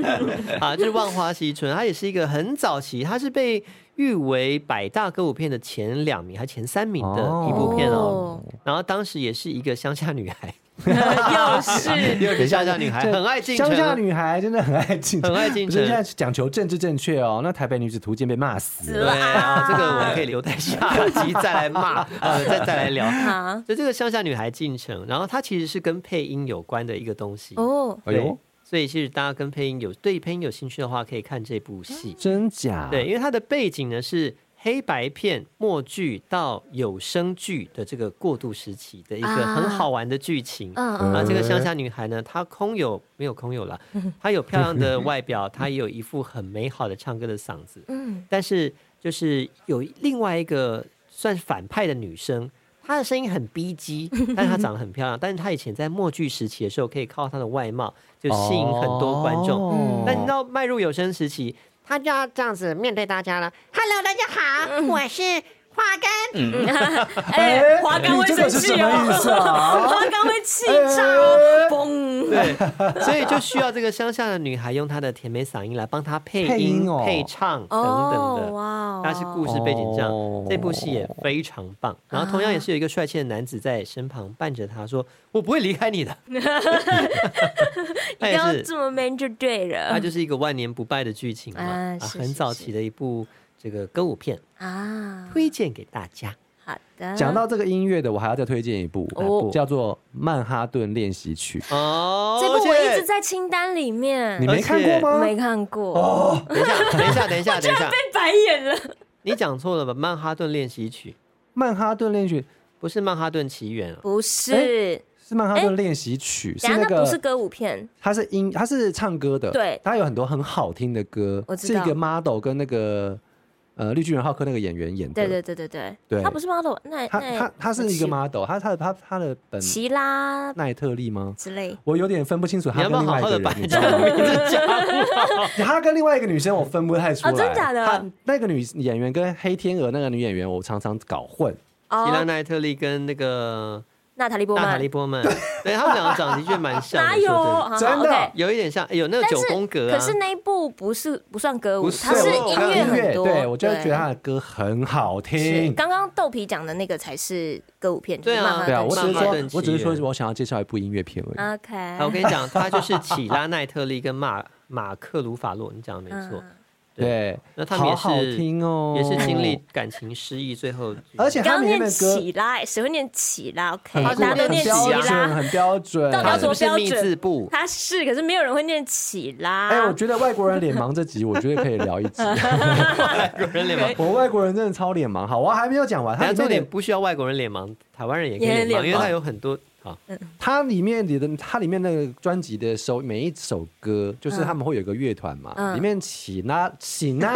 [SPEAKER 1] [LAUGHS] 啊，就是《万花西春》，它也是一个很早期，它是被誉为百大歌舞片的前两名还前三名的一部片哦。然后当时也是一个乡下女孩，
[SPEAKER 3] 又
[SPEAKER 1] [LAUGHS]
[SPEAKER 3] 是
[SPEAKER 1] 又是乡下女孩，
[SPEAKER 2] 这
[SPEAKER 1] 哎很爱进城，啊
[SPEAKER 2] 乡下女孩真的很爱进城，
[SPEAKER 1] 很爱进
[SPEAKER 2] 不
[SPEAKER 1] 城
[SPEAKER 2] 是现在讲求政治正确哦，那台北女子图鉴被骂死
[SPEAKER 3] 死
[SPEAKER 1] 对
[SPEAKER 2] 了。
[SPEAKER 3] 了
[SPEAKER 1] 啊，这个我们可以留在下集再来骂， [LAUGHS] 呃，再再来聊。
[SPEAKER 3] 啊
[SPEAKER 1] 就这个乡下女孩进城，然后它其实是跟配音有关的一个东西。
[SPEAKER 3] 哦，
[SPEAKER 2] 哎
[SPEAKER 1] 对，
[SPEAKER 2] 呦，
[SPEAKER 1] 所以其实大家跟配音有对配音有兴趣的话，可以看这部戏。
[SPEAKER 3] 哦
[SPEAKER 2] 真假？
[SPEAKER 1] 对，，因为它的背景呢是黑白片、默剧到有声剧的这个过渡时期的一个
[SPEAKER 3] 啊
[SPEAKER 1] 很好玩的剧情。
[SPEAKER 3] 嗯
[SPEAKER 1] 然
[SPEAKER 3] 嗯，
[SPEAKER 1] 后这个乡下女孩呢，她空有没有空有
[SPEAKER 3] [LAUGHS]
[SPEAKER 1] 啦，她有漂亮的外表，她也有一副很美好的唱歌的嗓子，
[SPEAKER 3] 嗯，
[SPEAKER 1] 但是就是有另外一个算是反派的女生，她的声音很逼
[SPEAKER 2] [LAUGHS]
[SPEAKER 1] 急，但是她长得很漂亮，但是她以前在默剧时期的时候，可以靠她的外貌就吸引很多观众。
[SPEAKER 2] 哦
[SPEAKER 1] 那你知道迈入有声时期，
[SPEAKER 5] 他就要这样子面对大家了。Hello，大家好，我是花根。
[SPEAKER 3] 哎，华冈
[SPEAKER 2] 你
[SPEAKER 3] 会
[SPEAKER 2] 这个
[SPEAKER 3] 生
[SPEAKER 2] 是什
[SPEAKER 3] 气
[SPEAKER 2] 么意
[SPEAKER 3] 哦，
[SPEAKER 1] [LAUGHS]
[SPEAKER 2] 思啊？
[SPEAKER 3] 华冈会气炸哦，嘣，
[SPEAKER 1] 对， [LAUGHS] 所以就需要这个乡下的女孩用她的甜美嗓音来帮她配音、
[SPEAKER 2] 配音哦
[SPEAKER 1] 配唱等等
[SPEAKER 3] 哦，
[SPEAKER 1] 的。
[SPEAKER 3] 哇哦，
[SPEAKER 1] 它是故事背景这样，
[SPEAKER 2] 哦
[SPEAKER 1] 这部戏也非常棒。
[SPEAKER 3] 啊
[SPEAKER 1] 然后同样也是有一个帅气的男子在身旁伴着她说：“我不会离开
[SPEAKER 3] [LAUGHS]
[SPEAKER 1] 你的。” [LAUGHS]
[SPEAKER 3] 一
[SPEAKER 1] 他
[SPEAKER 3] 定
[SPEAKER 1] 也
[SPEAKER 3] 要
[SPEAKER 1] 是，
[SPEAKER 3] 这么 man 就对了
[SPEAKER 1] 它就是一个万年不败的剧情嘛，
[SPEAKER 3] 啊
[SPEAKER 1] 啊
[SPEAKER 3] 是
[SPEAKER 1] 很
[SPEAKER 3] 是
[SPEAKER 1] 早
[SPEAKER 3] 是
[SPEAKER 1] 期的一部这个歌舞片，
[SPEAKER 3] 啊。
[SPEAKER 1] 推荐给大家。
[SPEAKER 3] 好的，
[SPEAKER 2] 讲到这个音乐的，我还要再推荐一部，
[SPEAKER 3] 哦嗯
[SPEAKER 2] 叫做《曼哈顿练习曲》，
[SPEAKER 1] 哦，
[SPEAKER 3] [LAUGHS] 这部我一
[SPEAKER 1] 而
[SPEAKER 3] 直
[SPEAKER 1] 且
[SPEAKER 3] 在清单里面
[SPEAKER 2] 你，没看过
[SPEAKER 3] 我
[SPEAKER 2] 吗？
[SPEAKER 3] 没看过，
[SPEAKER 1] 等一下，哦等一
[SPEAKER 3] [LAUGHS]
[SPEAKER 1] 下，等一下，等一下，
[SPEAKER 3] 被哦白眼了。
[SPEAKER 1] 你讲错了吧？曼哈顿练习曲
[SPEAKER 2] 曼哈顿练习曲
[SPEAKER 1] 不是曼哈顿奇缘啊。
[SPEAKER 3] 不是，
[SPEAKER 2] 是曼哈顿练习曲，哎是
[SPEAKER 3] 等下
[SPEAKER 2] 那
[SPEAKER 3] 哎那
[SPEAKER 2] 个
[SPEAKER 3] 不是歌舞片，
[SPEAKER 2] 他是音，他是唱歌的，
[SPEAKER 3] 对
[SPEAKER 2] 他有很多很好听的歌，
[SPEAKER 3] 我
[SPEAKER 2] 是
[SPEAKER 3] 知
[SPEAKER 2] 一
[SPEAKER 3] 道
[SPEAKER 2] 个 model 跟那个呃绿巨人浩克那个演员演的，
[SPEAKER 3] 对对对对对，
[SPEAKER 2] 对
[SPEAKER 3] 他不是 model，那
[SPEAKER 2] 他
[SPEAKER 3] 那
[SPEAKER 2] 他他是一个
[SPEAKER 3] 奇
[SPEAKER 2] model，他他的他他的本
[SPEAKER 3] 奇拉
[SPEAKER 2] 奈特利吗？
[SPEAKER 3] 之类，
[SPEAKER 2] 我有点分不清楚
[SPEAKER 1] 你
[SPEAKER 2] 他
[SPEAKER 1] 要
[SPEAKER 2] 跟
[SPEAKER 1] 不要好
[SPEAKER 2] 另外一
[SPEAKER 1] 好
[SPEAKER 2] 个
[SPEAKER 1] 的
[SPEAKER 2] 人
[SPEAKER 1] 把，
[SPEAKER 2] 你
[SPEAKER 1] 这
[SPEAKER 2] 知道吗？ [LAUGHS]
[SPEAKER 1] 个名字讲
[SPEAKER 3] [LAUGHS]
[SPEAKER 1] 好？
[SPEAKER 2] 他跟另外一个女生我分不太出来，
[SPEAKER 3] 哦，真假的
[SPEAKER 2] 他？那个女演员跟黑天鹅那个女演员，我常常搞混。
[SPEAKER 1] 伊拉
[SPEAKER 3] 哦，
[SPEAKER 1] 奈特利跟那个
[SPEAKER 3] 娜塔莉波
[SPEAKER 1] 娜塔
[SPEAKER 3] 曼
[SPEAKER 1] 莉波曼，对他们两个长得的确蛮像的，
[SPEAKER 3] [LAUGHS] 哪
[SPEAKER 1] 说
[SPEAKER 3] 有？
[SPEAKER 1] 真的
[SPEAKER 3] 好好
[SPEAKER 2] 真的
[SPEAKER 3] OK
[SPEAKER 1] 有一点像，哎有那个九宫格啊。
[SPEAKER 3] 可是那一部不是不算歌舞，
[SPEAKER 1] 不是
[SPEAKER 3] 它是
[SPEAKER 1] 我看
[SPEAKER 3] 音乐很多。
[SPEAKER 2] 对我就是觉得他的歌很好
[SPEAKER 3] 是
[SPEAKER 2] 听。
[SPEAKER 3] 刚刚豆皮讲的那个才是歌舞片，
[SPEAKER 1] 对啊
[SPEAKER 3] 就是慢慢
[SPEAKER 2] 对啊，
[SPEAKER 3] 跟
[SPEAKER 2] 我只是
[SPEAKER 3] 慢慢
[SPEAKER 1] 曼哈
[SPEAKER 2] 说
[SPEAKER 1] 顿，奇
[SPEAKER 2] 我只是说
[SPEAKER 1] 缘
[SPEAKER 2] 我想要介绍一部音乐片而已。
[SPEAKER 3] OK，
[SPEAKER 1] 好我跟你讲，他就是起拉奈特利跟马马克鲁法洛，你讲的没错。
[SPEAKER 3] 嗯
[SPEAKER 2] 对，
[SPEAKER 1] 那他们也
[SPEAKER 2] 好
[SPEAKER 1] 是
[SPEAKER 2] 好听哦，
[SPEAKER 1] 也是经历。感情失忆，最后
[SPEAKER 2] 而且他
[SPEAKER 3] 刚
[SPEAKER 2] 们里面
[SPEAKER 3] 刚念
[SPEAKER 2] 的歌
[SPEAKER 3] 起拉，谁会念起拉
[SPEAKER 2] 很
[SPEAKER 3] ？OK，
[SPEAKER 1] 他
[SPEAKER 3] 大
[SPEAKER 1] 是
[SPEAKER 3] 家都
[SPEAKER 2] 很
[SPEAKER 3] 念起
[SPEAKER 2] 标准，
[SPEAKER 3] 拉，
[SPEAKER 2] 很标准。
[SPEAKER 3] 到底
[SPEAKER 1] 他
[SPEAKER 3] 要
[SPEAKER 1] 是
[SPEAKER 3] 多
[SPEAKER 1] 不是
[SPEAKER 3] 标
[SPEAKER 1] 密
[SPEAKER 3] 准
[SPEAKER 1] 字 [LAUGHS] 部？
[SPEAKER 3] 他是，可是没有人会念起拉。
[SPEAKER 2] 哎，我觉得外国人脸盲这集，我觉得可以聊一
[SPEAKER 3] [LAUGHS]
[SPEAKER 2] 集。
[SPEAKER 1] 有人脸盲，
[SPEAKER 2] 我外国人真的超脸盲。好，我还没有讲完，
[SPEAKER 1] 等下
[SPEAKER 2] 他里面
[SPEAKER 1] 重点
[SPEAKER 2] 的
[SPEAKER 1] 不需要外国人脸盲，台湾人也可以
[SPEAKER 3] 也
[SPEAKER 1] 脸
[SPEAKER 3] 脸
[SPEAKER 1] 盲，因为
[SPEAKER 3] 盲
[SPEAKER 1] 他有很多 [LAUGHS] 好。
[SPEAKER 2] 它里面里的它里面那个专辑的首每一首歌，就是他们会有一个乐团嘛，
[SPEAKER 3] 嗯
[SPEAKER 2] 里面起拉起拉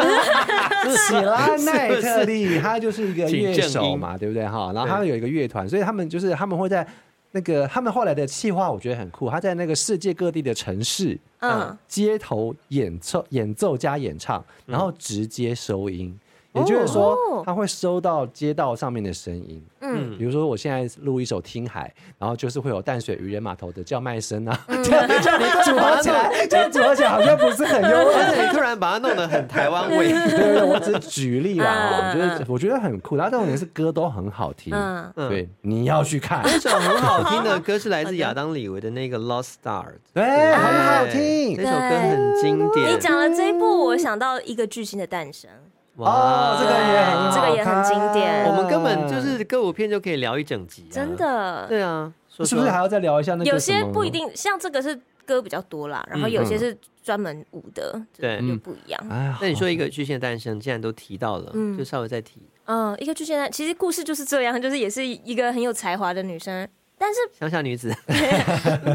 [SPEAKER 2] 起拉奈特利，他就是一个乐手嘛，对不对哈？然后他们有一个乐团，所以他们就是他们会在那个他们后来的企划，我觉得很酷，他在那个世界各地的城市。
[SPEAKER 3] 嗯，
[SPEAKER 2] 街头演奏、演奏加演唱，然后直接收音，也就是说
[SPEAKER 3] 哦，
[SPEAKER 2] 他会收到街道上面的声音，
[SPEAKER 3] 嗯嗯
[SPEAKER 2] 比如说我现在录一首《听海》，然后就是会有淡水渔人码头的叫卖声啊，[LAUGHS]
[SPEAKER 3] 嗯
[SPEAKER 2] 这样组合起
[SPEAKER 3] [LAUGHS]
[SPEAKER 2] 来，这样组合起来好像不是很优
[SPEAKER 1] 但
[SPEAKER 2] 雅。
[SPEAKER 1] 是你突然把它弄得 [LAUGHS] 很台湾味，
[SPEAKER 2] 对对对，我只举例啦，
[SPEAKER 3] [LAUGHS] 嗯
[SPEAKER 2] 我觉得我觉得很酷，然后重点是歌都很好听，
[SPEAKER 3] 嗯
[SPEAKER 1] 嗯
[SPEAKER 2] 对，你要去看，
[SPEAKER 1] 那首很好啊听的歌是来自亚当李维的那个《Lost Star》，
[SPEAKER 2] 对，好不好
[SPEAKER 1] 那
[SPEAKER 2] 听？
[SPEAKER 1] 首歌很经典
[SPEAKER 3] 你。讲了这一部，我想到一个巨星的诞生，
[SPEAKER 2] 哦，这个也很好看
[SPEAKER 3] 这个也很经典
[SPEAKER 1] 我们根本就是歌舞片就可以聊一整集、啊，
[SPEAKER 3] 真。的，
[SPEAKER 1] 对啊，说
[SPEAKER 2] 是不是还
[SPEAKER 1] 说
[SPEAKER 2] 要再聊一下那个
[SPEAKER 3] 有
[SPEAKER 2] 什
[SPEAKER 3] 些
[SPEAKER 2] 么
[SPEAKER 3] 不一定，像这个是歌比较多啦，然后有些是专门舞的，
[SPEAKER 1] 对
[SPEAKER 3] 就又不一样。
[SPEAKER 2] 哎，
[SPEAKER 1] 那你说一个巨蟹诞生，既然都提到了，
[SPEAKER 3] 嗯
[SPEAKER 1] 就稍微再提，
[SPEAKER 3] 嗯，一个巨蟹男，其实故事就是这样，就是也是一个很有才华的女生，但是
[SPEAKER 1] 乡下
[SPEAKER 3] [LAUGHS]
[SPEAKER 1] 女子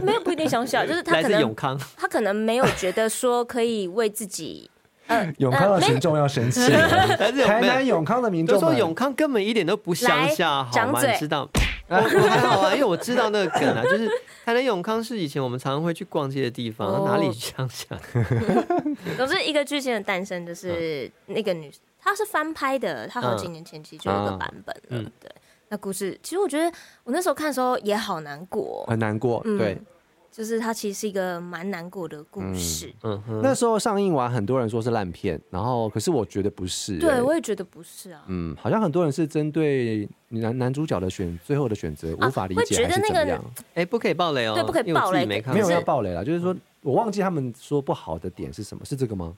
[SPEAKER 3] 没有不一定想小，就是她
[SPEAKER 1] [LAUGHS] 来
[SPEAKER 3] 可
[SPEAKER 1] 自永
[SPEAKER 3] 能 [LAUGHS]
[SPEAKER 1] 康，
[SPEAKER 3] 她可能没有觉得说可以为自己，呃，
[SPEAKER 2] 永康的群众要 [LAUGHS] 生气了，
[SPEAKER 1] 来自永
[SPEAKER 2] 台南
[SPEAKER 1] 没有
[SPEAKER 2] 永康的民
[SPEAKER 1] 都
[SPEAKER 2] 众啊
[SPEAKER 1] 说
[SPEAKER 2] 们
[SPEAKER 1] 永康根本一点都不乡下，
[SPEAKER 3] 来
[SPEAKER 1] 好
[SPEAKER 3] 掌
[SPEAKER 1] 吗？
[SPEAKER 3] 嘴
[SPEAKER 1] 你知道，我我还好啊，因为我知道那个梗
[SPEAKER 3] [LAUGHS]
[SPEAKER 1] 啊，就是台南永康是以前我们常常会去逛街的地方，
[SPEAKER 3] 哦
[SPEAKER 1] 哪里乡下？
[SPEAKER 3] 总之一个巨星的诞生就是
[SPEAKER 2] 嗯
[SPEAKER 3] 那个女，她是翻拍的，她好几年前其实就有一个版本了，
[SPEAKER 1] 嗯
[SPEAKER 3] 对。那故事其实我觉得我那时候看的时候也好难过，
[SPEAKER 2] 很难过，
[SPEAKER 3] 嗯
[SPEAKER 2] 对。
[SPEAKER 3] 就是它其实是一个蛮难过的故事。
[SPEAKER 1] 嗯哼，
[SPEAKER 2] 那时候上映完，很多人说是烂片，然后可是我觉得不是、
[SPEAKER 3] 对，
[SPEAKER 2] 欸
[SPEAKER 3] 我也觉得不是啊。
[SPEAKER 2] 嗯，好像很多人是针对男男主角的选最后的选择
[SPEAKER 3] 啊
[SPEAKER 2] 无法理
[SPEAKER 3] 会
[SPEAKER 2] 解
[SPEAKER 3] 觉
[SPEAKER 2] 还
[SPEAKER 3] 得
[SPEAKER 2] 是
[SPEAKER 3] 那
[SPEAKER 2] 怎
[SPEAKER 3] 个
[SPEAKER 2] 么样，
[SPEAKER 1] 哎，不可以爆雷哦，
[SPEAKER 3] 对不可以
[SPEAKER 1] 因为我自己
[SPEAKER 3] 爆雷
[SPEAKER 1] 没看过，
[SPEAKER 3] 可
[SPEAKER 2] 没
[SPEAKER 3] 是
[SPEAKER 2] 有要爆雷啦，就是说我忘记他们说不好的点是什么，是这个吗？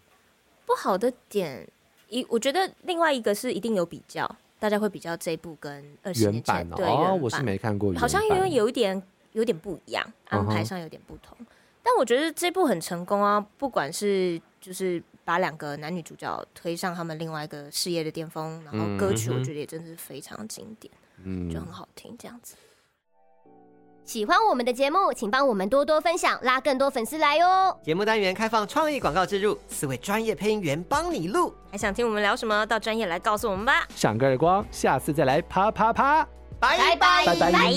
[SPEAKER 3] 不好的点，一我觉得另外一个是一定有比较，大家会比较这一部跟二十
[SPEAKER 2] 原
[SPEAKER 3] 年
[SPEAKER 2] 版
[SPEAKER 3] 前
[SPEAKER 2] 哦，
[SPEAKER 3] 对
[SPEAKER 2] 哦
[SPEAKER 3] 原
[SPEAKER 2] 我是
[SPEAKER 3] 版
[SPEAKER 2] 没看过原版，
[SPEAKER 3] 好像因为有一点有点不一样，安
[SPEAKER 2] 嗯
[SPEAKER 3] 排
[SPEAKER 2] 哼
[SPEAKER 3] 上有点不同。但我觉得这部很成功啊，不管是就是把两个男女主角推上他们另外一个事业的巅峰，然后歌
[SPEAKER 1] 嗯
[SPEAKER 3] 曲我
[SPEAKER 1] 哼
[SPEAKER 3] 觉得也真的是非常经典，就
[SPEAKER 2] 嗯
[SPEAKER 3] 很，好听这样子。
[SPEAKER 6] 喜欢我们的节目，请帮我们多多分享，拉更多粉丝来哦。
[SPEAKER 1] 节目单元开放创意广告植入，四位专业配音员帮你录。
[SPEAKER 3] 还想听我们聊什么？到专业来告诉我们吧。
[SPEAKER 2] 赏个耳光，下次再来啪啪啪，
[SPEAKER 6] 拜拜
[SPEAKER 2] 拜拜。